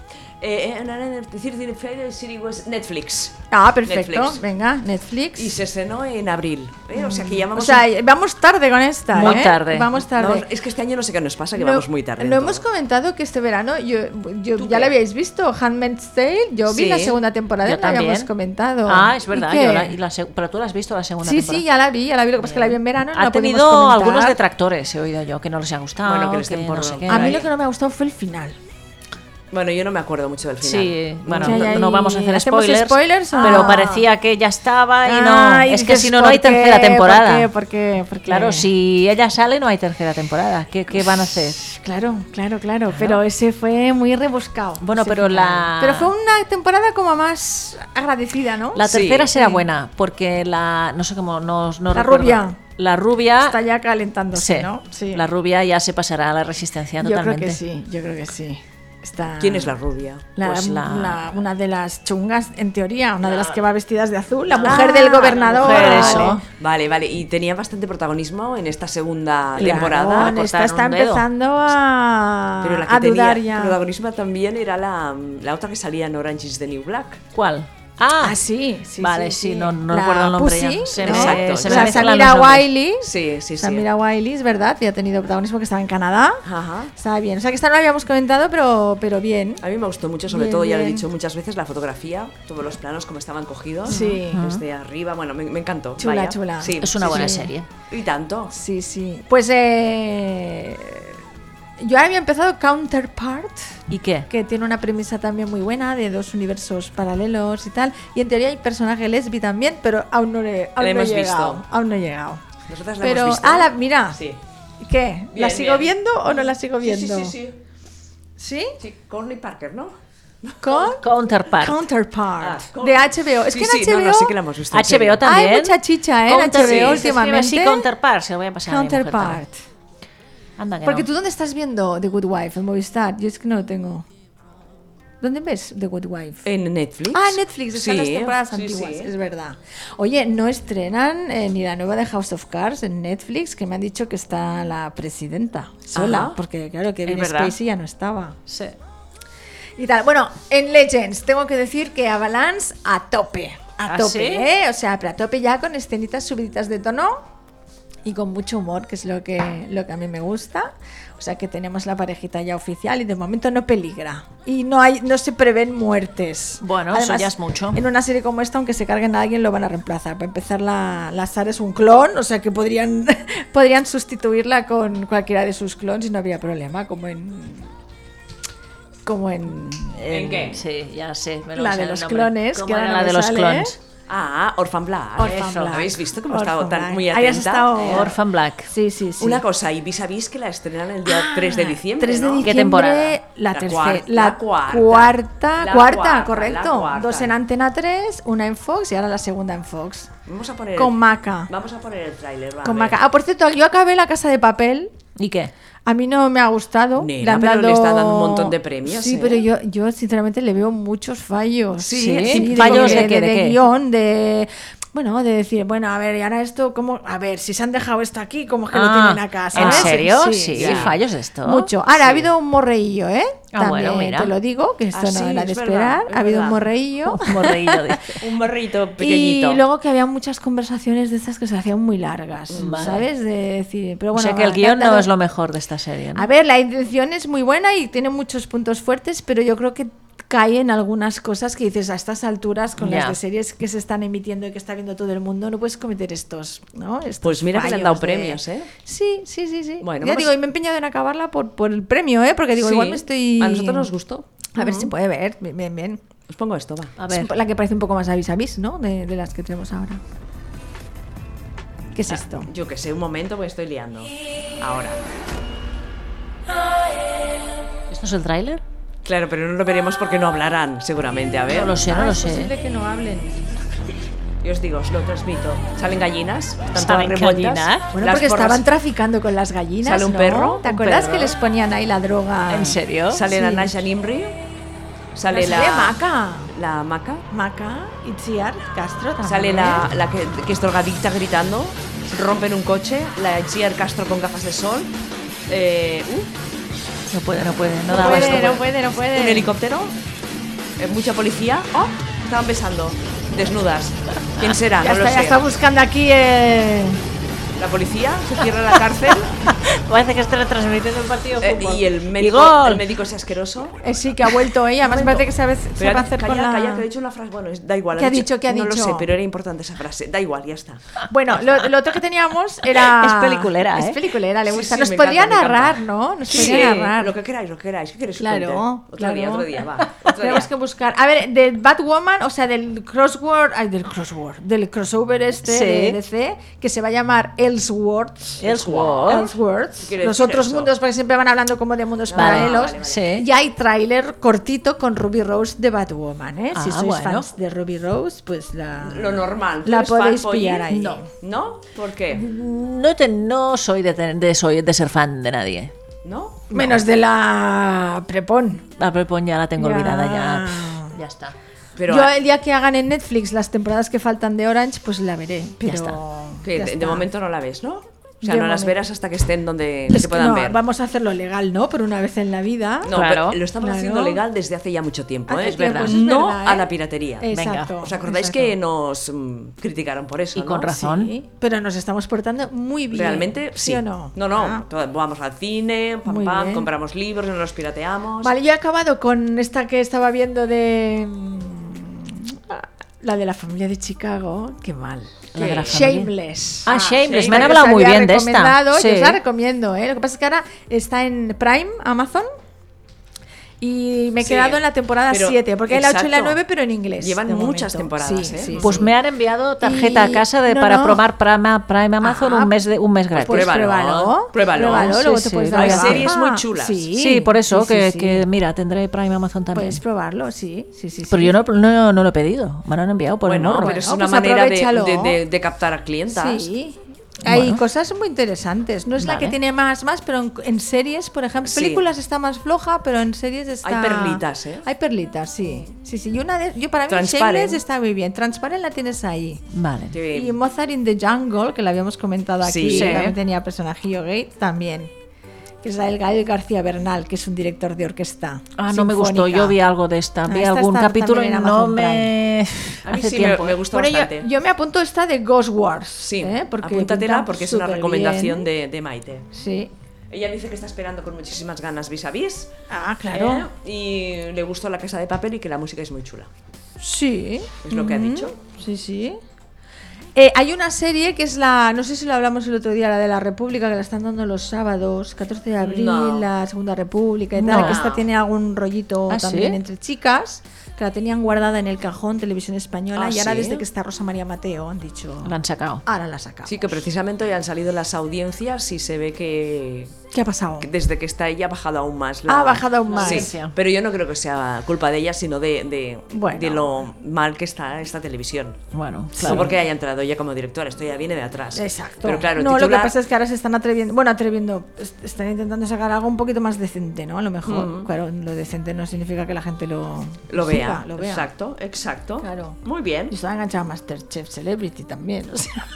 Eh, eh, na, na, na, decir, decir, Friday City West, Netflix. Ah, perfecto. Netflix. Venga, Netflix. Y se estrenó en abril. ¿eh? O sea que ya O vamos. sea, vamos tarde con esta. Muy ¿eh? tarde. Vamos tarde. No, es que este año no sé qué nos pasa, que Lo- vamos muy tarde. en Lo todo. hemos comentado que este verano, yo, yo- ¿Tú ya qué? lo habíais visto, Handmaid's Tale, yo vi Sí, la segunda temporada, Yo y no la habíamos también. comentado. Ah, es ¿Y verdad. qué? yo la- y la seg- pero tú la has visto la segunda sí, temporada. sí, ya la vi, ya la vi, lo que pasa es que la vi en verano. no Ha la pudimos tenido comentar. algunos detractores, he oído yo, que no les ha gustado. Bueno, que que les den por- Ah, no sé qué. A mí Ahí. lo que no me ha gustado fue el final. Bueno, yo no me acuerdo mucho del final. Sí, bueno, Ya, no, ya, no y- vamos a hacer ¿hacemos spoilers, spoilers o pero no? parecía que ya estaba y no, Ah, y es que dices, si no, no ¿por hay qué? tercera ¿Por temporada. qué? ¿Por qué? ¿Por qué? Claro, si ella sale no hay tercera temporada, ¿qué, qué van a hacer? Claro, claro, claro, pero ese fue muy rebuscado. Bueno, Ese pero final. la- Pero fue una temporada como más agradecida, ¿no? La tercera será Sí. buena, porque la. No sé cómo. No, no La recuerdo. rubia. La rubia. Está ya calentándose, sí, ¿no? Sí. La rubia ya se pasará a la resistencia yo creo totalmente. que sí, yo creo que sí. Está... ¿Quién es la rubia? La- Pues la- la- una de las chungas, en teoría, una de las que va vestidas de azul, la mujer del gobernador. mujer, Vale. eso. Vale, vale. Y tenía bastante protagonismo en esta segunda Claro, temporada. le esta Ah, cortaron está un dedo. empezando a, Pero la que a dudar tenía ya. protagonismo también era la, la otra que salía en Orange is the New Black. ¿Cuál? Ah, Ah, sí, sí. Vale, sí, no- no recuerdo el nombre ya. Se Se me- Exacto, se me la mezclan los Samira nombres. Wiley. Sí, sí, sí. Samira Wiley, es verdad, ya ha tenido protagonismo que estaba en Canadá. Ajá. Está bien. O sea, que esta no la habíamos comentado, pero, pero bien. A mí me gustó mucho, sobre Bien, todo, ya lo he bien. dicho muchas veces, la fotografía, todos los planos como estaban cogidos, Sí. desde arriba, bueno, me, me encantó. Chula, vaya. chula. Sí, es una sí, buena sí. serie. Y tanto. Sí, sí. Pues eh, yo había empezado Counterpart, ¿Y qué? que tiene una premisa también muy buena de dos universos paralelos y tal. Y en teoría hay personaje lesbi también, pero aún no, le, aún La no he hemos llegado. visto. Aún no he llegado. Nosotras la Pero, hemos visto. ah, la- mira. Sí. ¿Qué? ¿La Bien, sigo bien. viendo o Oh, no la sigo Sí, viendo? Sí, sí, sí. ¿Sí? Sí, Courtney Parker, ¿no? Con Counterpart. Counterpart Ah, de HBO. Es Sí, que en sí, HBO. no, no, sí que la hemos visto. en serio. HBO también. Hay mucha chicha, ¿eh? En Counter- HBO se escribe últimamente. así, Counterpart, se lo voy a pasar. a mi mujer Counterpart. también. Anda, que Porque no. tú dónde estás viendo The Good Wife en Movistar? Yo es que no lo tengo. ¿Dónde ves The Good Wife? En Netflix. Ah, Netflix, están Sí, las temporadas sí, antiguas, sí. es verdad. Oye, no estrenan eh, ni la nueva de House of Cards en Netflix, que me han dicho que está la presidenta sola, Ajá. porque claro que Es Kevin verdad. Spacey ya no estaba. Sí. Y tal. Bueno, en Legends tengo que decir que Avalanche a tope. A ¿Ah, tope, sí? ¿eh? O sea, pero a tope ya con escenitas subiditas de tono y con mucho humor, que es lo que, lo que a mí me gusta. O sea, que tenemos la parejita ya oficial y de momento no peligra. Y no, hay, no se prevén muertes. Bueno, eso ya es mucho. En una serie como esta, aunque se carguen a alguien, lo van a reemplazar. Para empezar, la, la Sara es un clon, o sea que podrían, podrían sustituirla con cualquiera de sus clones y no habría problema, como en. Como en. ¿En qué? Sí, ya sé. me lo La sé de el los nombre. clones, ¿Cómo que era ahora no la me de los sale, clones. Ah, Orphan Black. Orphan Eso. Black. ¿Habéis visto cómo he Orphan estado tan Black. muy Ahí atenta? Eh, has estado- Orphan Black. Sí, sí, sí. Una cosa, y vis a vis que la estrenan el día 3 de diciembre. 3 de ¿no? diciembre, temporada? La, La tercera, cuarta, la la cuarta. cuarta, La cuarta, cuarta, correcto. la cuarta. Dos en Antena 3, una en Fox y ahora la segunda en Fox. Vamos a poner. Con Maca. Vamos a poner el tráiler. va, Con a Maca. ver. Ah, por cierto, yo acabé La Casa de Papel. ¿Y qué? A mí no me ha gustado. Nena, Le han pero le dado- está dando un montón de premios, Sí, ¿eh? pero yo, yo sinceramente le veo muchos fallos. Sí, sí, fallos ¿fallos de, de de- qué, de de qué? guión, de. Bueno, de decir, bueno, a ver, y ahora esto, ¿cómo? A ver, si se han dejado esto aquí, ¿cómo es que lo Ah, tienen acá? ¿En ¿sabes? serio? Sí, ya. fallos de esto. Mucho. Ahora, ha habido un morreillo, ¿eh? Ah, También bueno, mira. te lo digo, que esto Ah, no sí, era de es verdad, esperar. es ha habido verdad. un morreillo. Un morrito, dice. Un morrito Y luego que había muchas conversaciones de estas que se hacían muy largas, Vale. ¿sabes? De decir, pero o bueno, sea que el va, guión no dale- es lo mejor de esta serie. ¿no? a ver, la intención es muy buena y tiene muchos puntos fuertes, pero yo creo que cae en algunas cosas que dices a estas alturas con Ya. las de series que se están emitiendo y que está viendo todo el mundo, no puedes cometer estos, ¿no? Estos Pues mira que le han dado fallos de- premios, ¿eh? Sí, sí, sí, sí. Bueno, ya vamos- digo, y me he empeñado en acabarla por, por el premio, ¿eh? Porque digo, Sí, igual me estoy... A nosotros nos gustó. A ver si puede ver, bien, bien, bien. Os pongo esto, va. A Es ver. la que parece un poco más avis avis, ¿no? De, de las que tenemos ahora. ¿Qué Ah. es esto? Yo que sé, un momento, porque estoy liando. Ahora. ¿Esto es el tráiler? Claro, pero no lo veremos porque no hablarán, seguramente. A ver. No lo Ah, sé, no lo sé. que no hablen. Yo os digo, os lo transmito. Salen gallinas, están todas Salen revueltas. gallinas. Bueno, Las porque porras- estaban traficando con las gallinas. Sale un ¿no? perro, ¿Te un acuerdas perro. que les ponían ahí la droga? ¿En serio? Sale la Sí. Nasha Nimri. Pero Sale la. sale Maca. La maca. Maca, Ah, Itziar, Castro también. Sale la, la que, que es drogadicta gritando. Rompen un coche. La Gier Castro con gafas de sol. Eh, uh, No puede, no puede. No, No da abasto, puede, no puede. puede, no puede. un helicóptero. eh, mucha policía. Oh, estaban besando. Desnudas. ¿Quién será? Ya, no lo está, ya sé. está buscando aquí. eh, La policía se cierra la cárcel. Parece que está retransmitiendo un partido de eh, fútbol. y el médico, gol! el médico es asqueroso. eh, sí, que ha vuelto ella. Además, parece que se, va- se Pero va a hacer calla, con la. calla, que ha dicho una frase. Bueno, es- da igual. ¿Qué ha dicho? ¿Qué ha no dicho? Ah, lo sé, pero era importante esa frase. Da igual, ya está. Bueno, lo, lo otro que teníamos era. Es peliculera, ¿eh? Es peliculera, le Sí, gusta. sí, Nos me encanta, podría me encanta. narrar, ¿no? Nos Sí, podría narrar. lo que queráis, lo que queráis. ¿Qué queréis? que os Claro, cuente? Otro claro. día, otro día, va. Otro día. Tenemos que buscar. A ver, de Batwoman, o sea, del crossword, ay, del crossword, del crossover este Sí. de DC, que se va a llamar Elseworlds. Ellsworth. Elseworlds, Quiero los decir otros eso. mundos, porque siempre van hablando como de mundos Vale, paralelos. Ah, vale, vale. Sí. Y hay tráiler cortito con Ruby Rose de Batwoman. ¿eh? si Ah, sois bueno. fans de Ruby Rose, pues la, Lo normal. ¿Tú la eres podéis fanboy? pillar ahí. No. ¿No? ¿Por qué? No, te- no soy, de, ten- de- soy de ser fan de nadie. ¿No? Menos de Ah. la Prepon. La Prepon pues ya la tengo Ya. olvidada, ya. Ya está. Pero Yo el día que hagan en Netflix las temporadas que faltan de Orange, pues la veré. Pero está. que ya de, de está. momento no la ves, ¿no? O sea, De no las momento. verás hasta que estén donde Es se que puedan no, ver. Vamos a hacerlo legal, ¿no? Por una vez en la vida. No, Claro. pero lo estamos Claro. haciendo legal desde hace ya mucho tiempo, ¿eh? Hace es verdad. tiempo, eso es no verdad, ¿eh? a la piratería. venga. Exacto, ¿Os acordáis exacto. que nos mm, criticaron por eso? Y ¿no? con razón. Sí, pero nos estamos portando muy bien. Realmente sí. o no? No, no, Ah. todo- vamos al cine, pam, Muy pam, bien. compramos libros, no los pirateamos. Vale, yo he acabado con esta que estaba viendo de. mm, La de la familia de Chicago. Qué mal. La de la familia. Shameless. Ah, Shameless, me han Porque hablado os muy había bien de esta. recomendado, Yo Sí. os la recomiendo, ¿eh? Lo que pasa es que ahora está en Prime, Amazon. Y me he Sí, quedado en la temporada pero- 7, porque hay la 8 y la exacto. 9, pero en inglés. Llevan de muchas momento. temporadas, Sí, ¿eh? sí, Pues sí. me han enviado tarjeta Y- a casa de, no, para no. probar Prime, Prime Amazon Ajá. un mes de un mes gratis. Pues Pruébalo. pruébalo. ¿eh? Pruébalo. Sí, luego te sí, puedes lo dar voy a de hacer. baja. Series muy chulas. Sí, sí, por eso sí, que, sí. que, mira, tendré Prime Amazon también. Puedes probarlo, sí. sí, sí pero sí. yo no, no, no lo he pedido, me lo han enviado por bueno, el morro. pero es Bueno, una pues manera de, aprovéchalo. de- de- de captar a clientas. Sí. Hay Bueno. cosas muy interesantes. No pues es la Vale. que tiene más, más, pero en, en series, por ejemplo, Sí. películas está más floja, pero en series está. Hay perlitas, ¿eh? Hay perlitas, sí. Sí, sí. Y una de, yo para mí, Transparent. Shameless está muy bien. Transparent la tienes ahí. Vale. Que- Y Mozart in the Jungle, que la habíamos comentado Sí. aquí, ¿eh? Sí. que también tenía personajillo gay, también. Que es el Gael García Bernal, que es un director de orquesta. Ah, no me sinfónica. gustó, yo vi algo de esta, Ah, vi esta algún está capítulo y también en no Amazon me a mí hace sí me- tiempo. me, gustó Bueno, bastante. ¿eh? yo, yo me apunto esta de Ghost Wars. sí, ¿eh? porque Porque apúntatela pinta porque es una superbién. recomendación de, de Maite. Sí. Ella dice que está esperando con muchísimas ganas vis a vis. Ah, claro. ¿eh? Y le gustó la casa de papel y que la música es muy chula. Sí. Es lo que ha Ujú. dicho. Sí, sí. Eh, hay una serie que es la, no sé si lo hablamos el otro día, la de la República, que la están dando los sábados, 14 de abril, No. Ah. la Segunda República y tal, No. que esta tiene algún rollito ¿Ah, también sí? entre chicas, que la tenían guardada en el cajón, televisión española, ¿Ah, y ahora sí? desde que está Rosa María Mateo han dicho, Lo han sacado. ahora la sacamos. Sí, que precisamente hoy han salido las audiencias y se ve que ¿Qué ha pasado? que desde que está ella ha bajado aún más la Ha bajado aún más. Sí, audiencia. pero yo no creo que sea culpa de ella, sino de, de, Bueno. de lo mal que está esta televisión. Bueno, claro. No porque haya entrado ella como directora, esto ya viene de atrás. Exacto. Pero claro, el no, lo que titular- pasa es que ahora se están atreviendo, bueno, atreviendo, es- están intentando sacar algo un poquito más decente, ¿no? A lo mejor, claro, lo decente no significa que la gente lo, lo vea. siga, lo vea. Exacto, exacto. Claro. Muy bien. Yo estaba enganchada a Masterchef Celebrity también, o sea,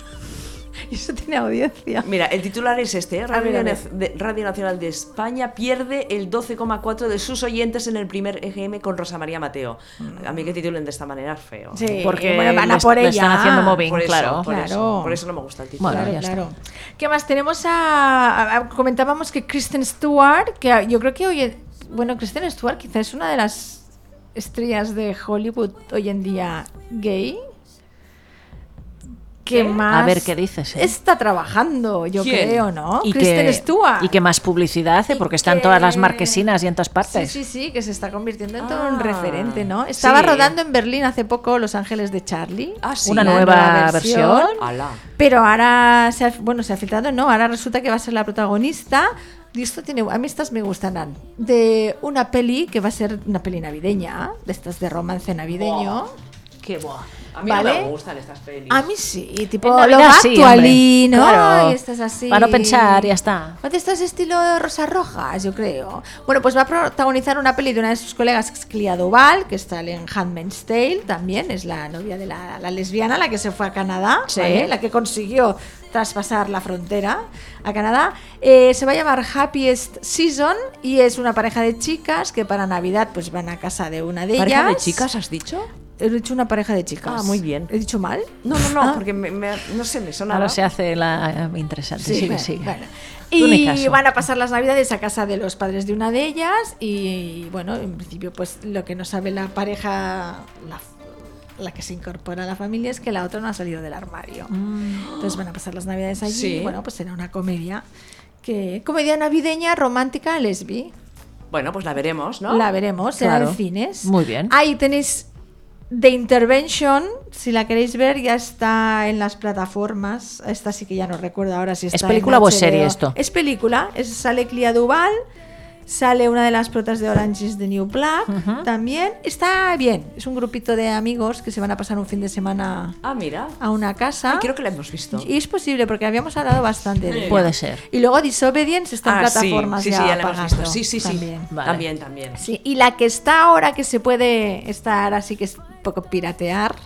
y eso tiene audiencia. Mira, el titular es este, ¿eh? Radio, ver, a ver. Naz- de- Radio Nacional de España pierde el 12,4 de sus oyentes en el primer EGM con Rosa María Mateo. A mí que titulen de esta manera es feo. Sí, Porque bueno, van a le- por le ella. están haciendo mobbing, Por eso, claro. Por, Eso, Claro. por eso no me gusta el titular. Bueno, Claro, ya está. claro. ¿Qué más? Tenemos a, a- a- Comentábamos que Kristen Stewart, que a- yo creo que hoy. en- Bueno, Kristen Stewart quizás es una de las estrellas de Hollywood hoy en día gay. ¿Qué más? A ver qué dices, ¿eh? Está trabajando, yo ¿Quién? creo, ¿no? y Oh, Kristen que, Stewart. y que más publicidad hace porque Y están que- todas las marquesinas y en todas Sí, partes. sí, sí, que se está convirtiendo en todo un Ah, referente, ¿no? Estaba sí. rodando en Berlín hace poco Los Ángeles de Charlie. Ah, sí. Una la nueva, nueva versión. versión. Ala. Pero ahora se ha, bueno, se ha filtrado, no, ahora resulta que va a ser la protagonista. Y esto tiene, a mí estas me gustan, de una peli que va a ser una peli navideña, de estas de romance navideño. Qué bueno. A mí ¿Vale? no me gustan estas pelis. A mí sí, tipo En lo Navidad sí, hombre. actualí, ¿no? Claro. Y estas así. Para no pensar, ya está. O de estos estilo Rosa Rojas, yo creo. Bueno, pues va a protagonizar una peli de una de sus colegas, que es Clea Doval, que está en Handmaid's Tale, también es la novia de la, la lesbiana, la que se fue a Canadá, Sí. ¿vale? la que consiguió traspasar la frontera a Canadá. Eh, se va a llamar Happiest Season y es una pareja de chicas que para Navidad pues van a casa de una de ellas. ¿Pareja de chicas has dicho? He dicho una pareja de chicas. Ah, muy bien. ¿He dicho mal? No, no, no, Ah. porque me, me- no sé, me sonaba. Ahora se hace la eh, interesante. Sí, bueno, sí. bueno. Tú ni Y caso. van a pasar las navidades a casa de los padres de una de ellas y bueno, en principio pues lo que no sabe la pareja, la, la que se incorpora a la familia es que la otra no ha salido del armario. Mm. Entonces van a pasar las navidades allí Sí. y bueno, pues será una comedia. Que, comedia navideña, romántica, lesbi. Bueno, pues la veremos, ¿no? La veremos, será Claro. en cines. Muy bien. Ahí tenéis The Intervention, si la queréis ver, ya está en las plataformas. Esta sí que ya no recuerdo ahora si está. ¿Es película en o HBO. es serie esto? Es película. es- sale Clea Duval, sale una de las protas de Orange is the New Black. También está bien. Es un grupito de amigos que se van a pasar un fin de semana Ah, mira. a una casa. Ah, creo que la hemos visto. Y es posible porque habíamos hablado bastante de ella. Puede ser. Y luego Disobedience está en Ah, sí, plataformas sí, sí, ya, ya la hemos pagando visto. Sí, sí, sí. también. Vale. También, también. Sí, y la que está ahora que se puede estar así que es un poco piratear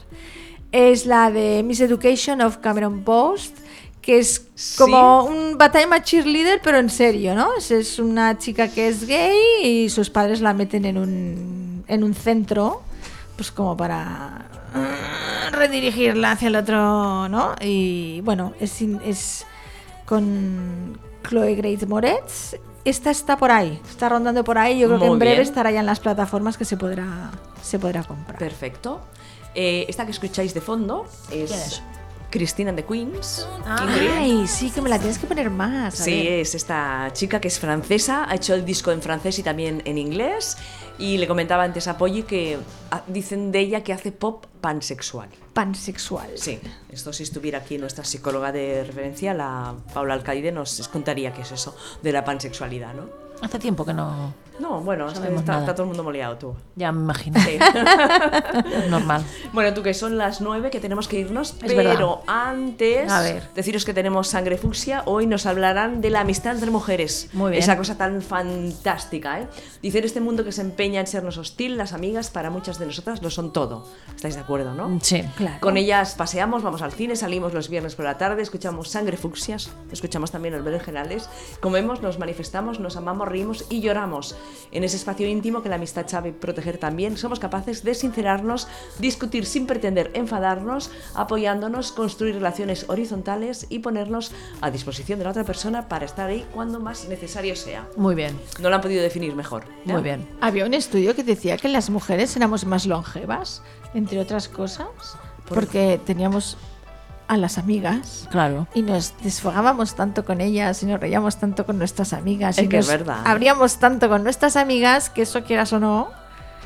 es la de Miss Education of Cameron Post, que es como un batalla más cheerleader, pero en serio, ¿no? Es, es una chica que es gay y sus padres la meten en un, en un centro, pues como para eh, redirigirla hacia el otro, ¿no? Y bueno, es, in- es con Chloe Grace Moretz. Esta está por ahí, está rondando por ahí. Yo creo que Muy en breve bien. estará ya en las plataformas que se podrá, se podrá comprar. Perfecto. Eh, esta que escucháis de fondo es Cristina de Queens. Ah, Ay, sí, que me la tienes que poner más. a Sí, ver. es esta chica que es francesa, ha hecho el disco en francés y también en inglés. Y le comentaba antes a Polly que ah, dicen de ella que hace pop pansexual. Pansexual. Sí, esto si estuviera aquí nuestra psicóloga de referencia, la Paula Alcaide, nos contaría qué es eso de la pansexualidad, ¿no? Hace tiempo que no. No, bueno, es que Sabemos está, nada. está todo el mundo moleado tú. Ya me imagino. Sí. Normal. Bueno, tú que son las 9 que tenemos que irnos, pero verdad. antes A ver. deciros que tenemos sangre fucsia. Hoy nos hablarán de la amistad entre mujeres. Muy bien. Esa cosa tan fantástica, ¿eh? Dicen este mundo que se empeña en sernos hostil, las amigas para muchas de nosotras lo son todo. ¿Estáis de acuerdo, no? Sí. Claro. Con ellas paseamos, vamos al cine, salimos los viernes por la tarde, escuchamos sangre fucsias, escuchamos también los berenjenales, comemos, nos manifestamos, nos amamos, reímos y lloramos. En ese espacio íntimo que la amistad sabe proteger también, somos capaces de sincerarnos, discutir sin pretender enfadarnos, apoyándonos, construir relaciones horizontales y ponernos a disposición de la otra persona para estar ahí cuando más necesario sea. Muy bien. No lo han podido definir mejor. ¿eh? Muy bien. Había un estudio que decía que las mujeres éramos más longevas, entre otras cosas, porque teníamos a las amigas. Claro. Y nos desfogábamos tanto con ellas y nos reíamos tanto con nuestras amigas. Es y que es nos verdad. Abríamos tanto con nuestras amigas que eso quieras o no,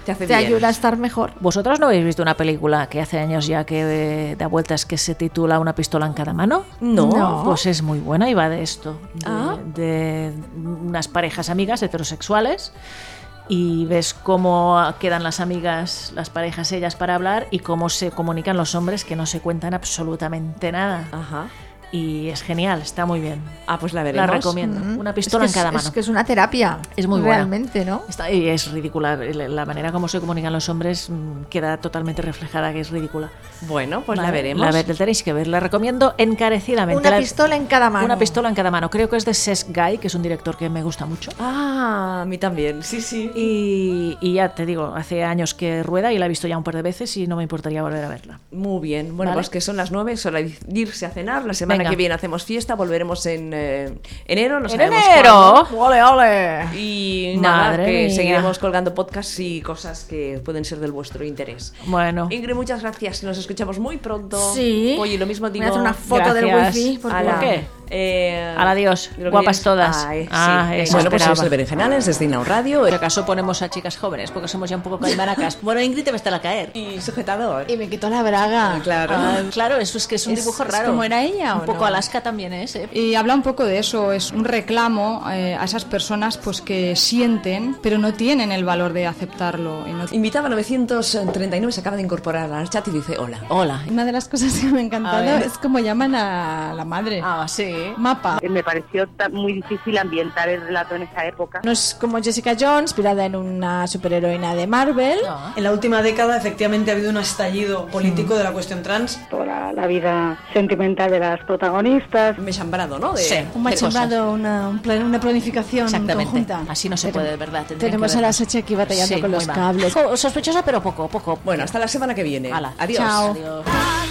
Te hace te bien. ayuda a estar mejor. ¿Vosotros no habéis visto una película que hace años ya que eh, da vueltas que se titula Una pistola en cada mano? No. No. Pues es muy buena y va de esto, de, Ah. de unas parejas amigas heterosexuales y ves cómo quedan las amigas, las parejas ellas para hablar y cómo se comunican los hombres que no se cuentan absolutamente nada. Ajá. Y es genial, está muy bien. Ah, pues la La veremos. recomiendo. Una pistola Mm. es que en cada es- mano. Es que es una terapia. Es muy buena. Realmente, ¿no? Está- y es ridícula. La la manera como se comunican los hombres mm, queda totalmente reflejada, que es ridícula. Bueno, pues la Vale, veremos. La ver- tenéis que ver. La recomiendo encarecidamente. Una La- pistola en cada mano. Una pistola en cada mano. Creo que es de Ses Guy, que es un director que me gusta mucho. Ah, a mí también, sí, sí. Y, y ya te digo, hace años que rueda y la he visto ya un par de veces y no me importaría volver a verla. Muy bien, bueno, Vale. pues que son las 9, es hora de irse a cenar. La semana Venga. que viene hacemos fiesta, volveremos en eh, enero, no ¡En sabemos enero! cuándo. ¡Ole, ole! Y nada, Madre que mía. seguiremos colgando podcasts y cosas que pueden ser del vuestro interés. Bueno, Ingrid, muchas gracias, nos escuchamos muy pronto. Sí. Oye, lo mismo digo. Voy a hacer una foto gracias. del wifi. Ala. favor. ¿Por qué? Eh, Ala, adiós. lo que Guapas vienes- todas. Ay, sí. Ah, eso bueno, pues esperaba. eso de Berenjenales, desde Inau Radio. por acaso ponemos a chicas jóvenes porque somos ya un poco calmaracas. Bueno, Ingrid te va a estar a caer. Y sujetador. Y me quitó la braga. eh, Claro. Ah, claro, eso es que es un dibujo es raro. como era ella, Un ¿o poco no? Alaska también es, ¿eh? Y habla un poco de eso, es un reclamo eh, a esas personas pues que sienten, pero no tienen el valor de aceptarlo. y no- Invitaba 939, se acaba de incorporar al chat y dice hola. Hola. Una de las cosas que me ha A encantado ver. es como llaman a la madre. Ah, sí. Mapa. Eh, Me pareció ta- muy difícil ambientar el relato en esa época. No es como Jessica Jones, inspirada en una superheroína de Marvel. Ah. En la última década, efectivamente, ha habido un estallido Mm. político de la cuestión trans. Toda la vida sentimental de las protagonistas. Me he chambrado, ¿no? De- Sí. Un qué cosas. machembrado, una, un plan- una planificación Exactamente. conjunta. Así no se puede, de verdad. tendrían tenemos que a la verlas. Sachi aquí batallando con muy los mal. cables. Jo- Sospechosa, pero poco, poco. Bueno, hasta la semana que viene. Hala. Adiós. Chao. Adiós. I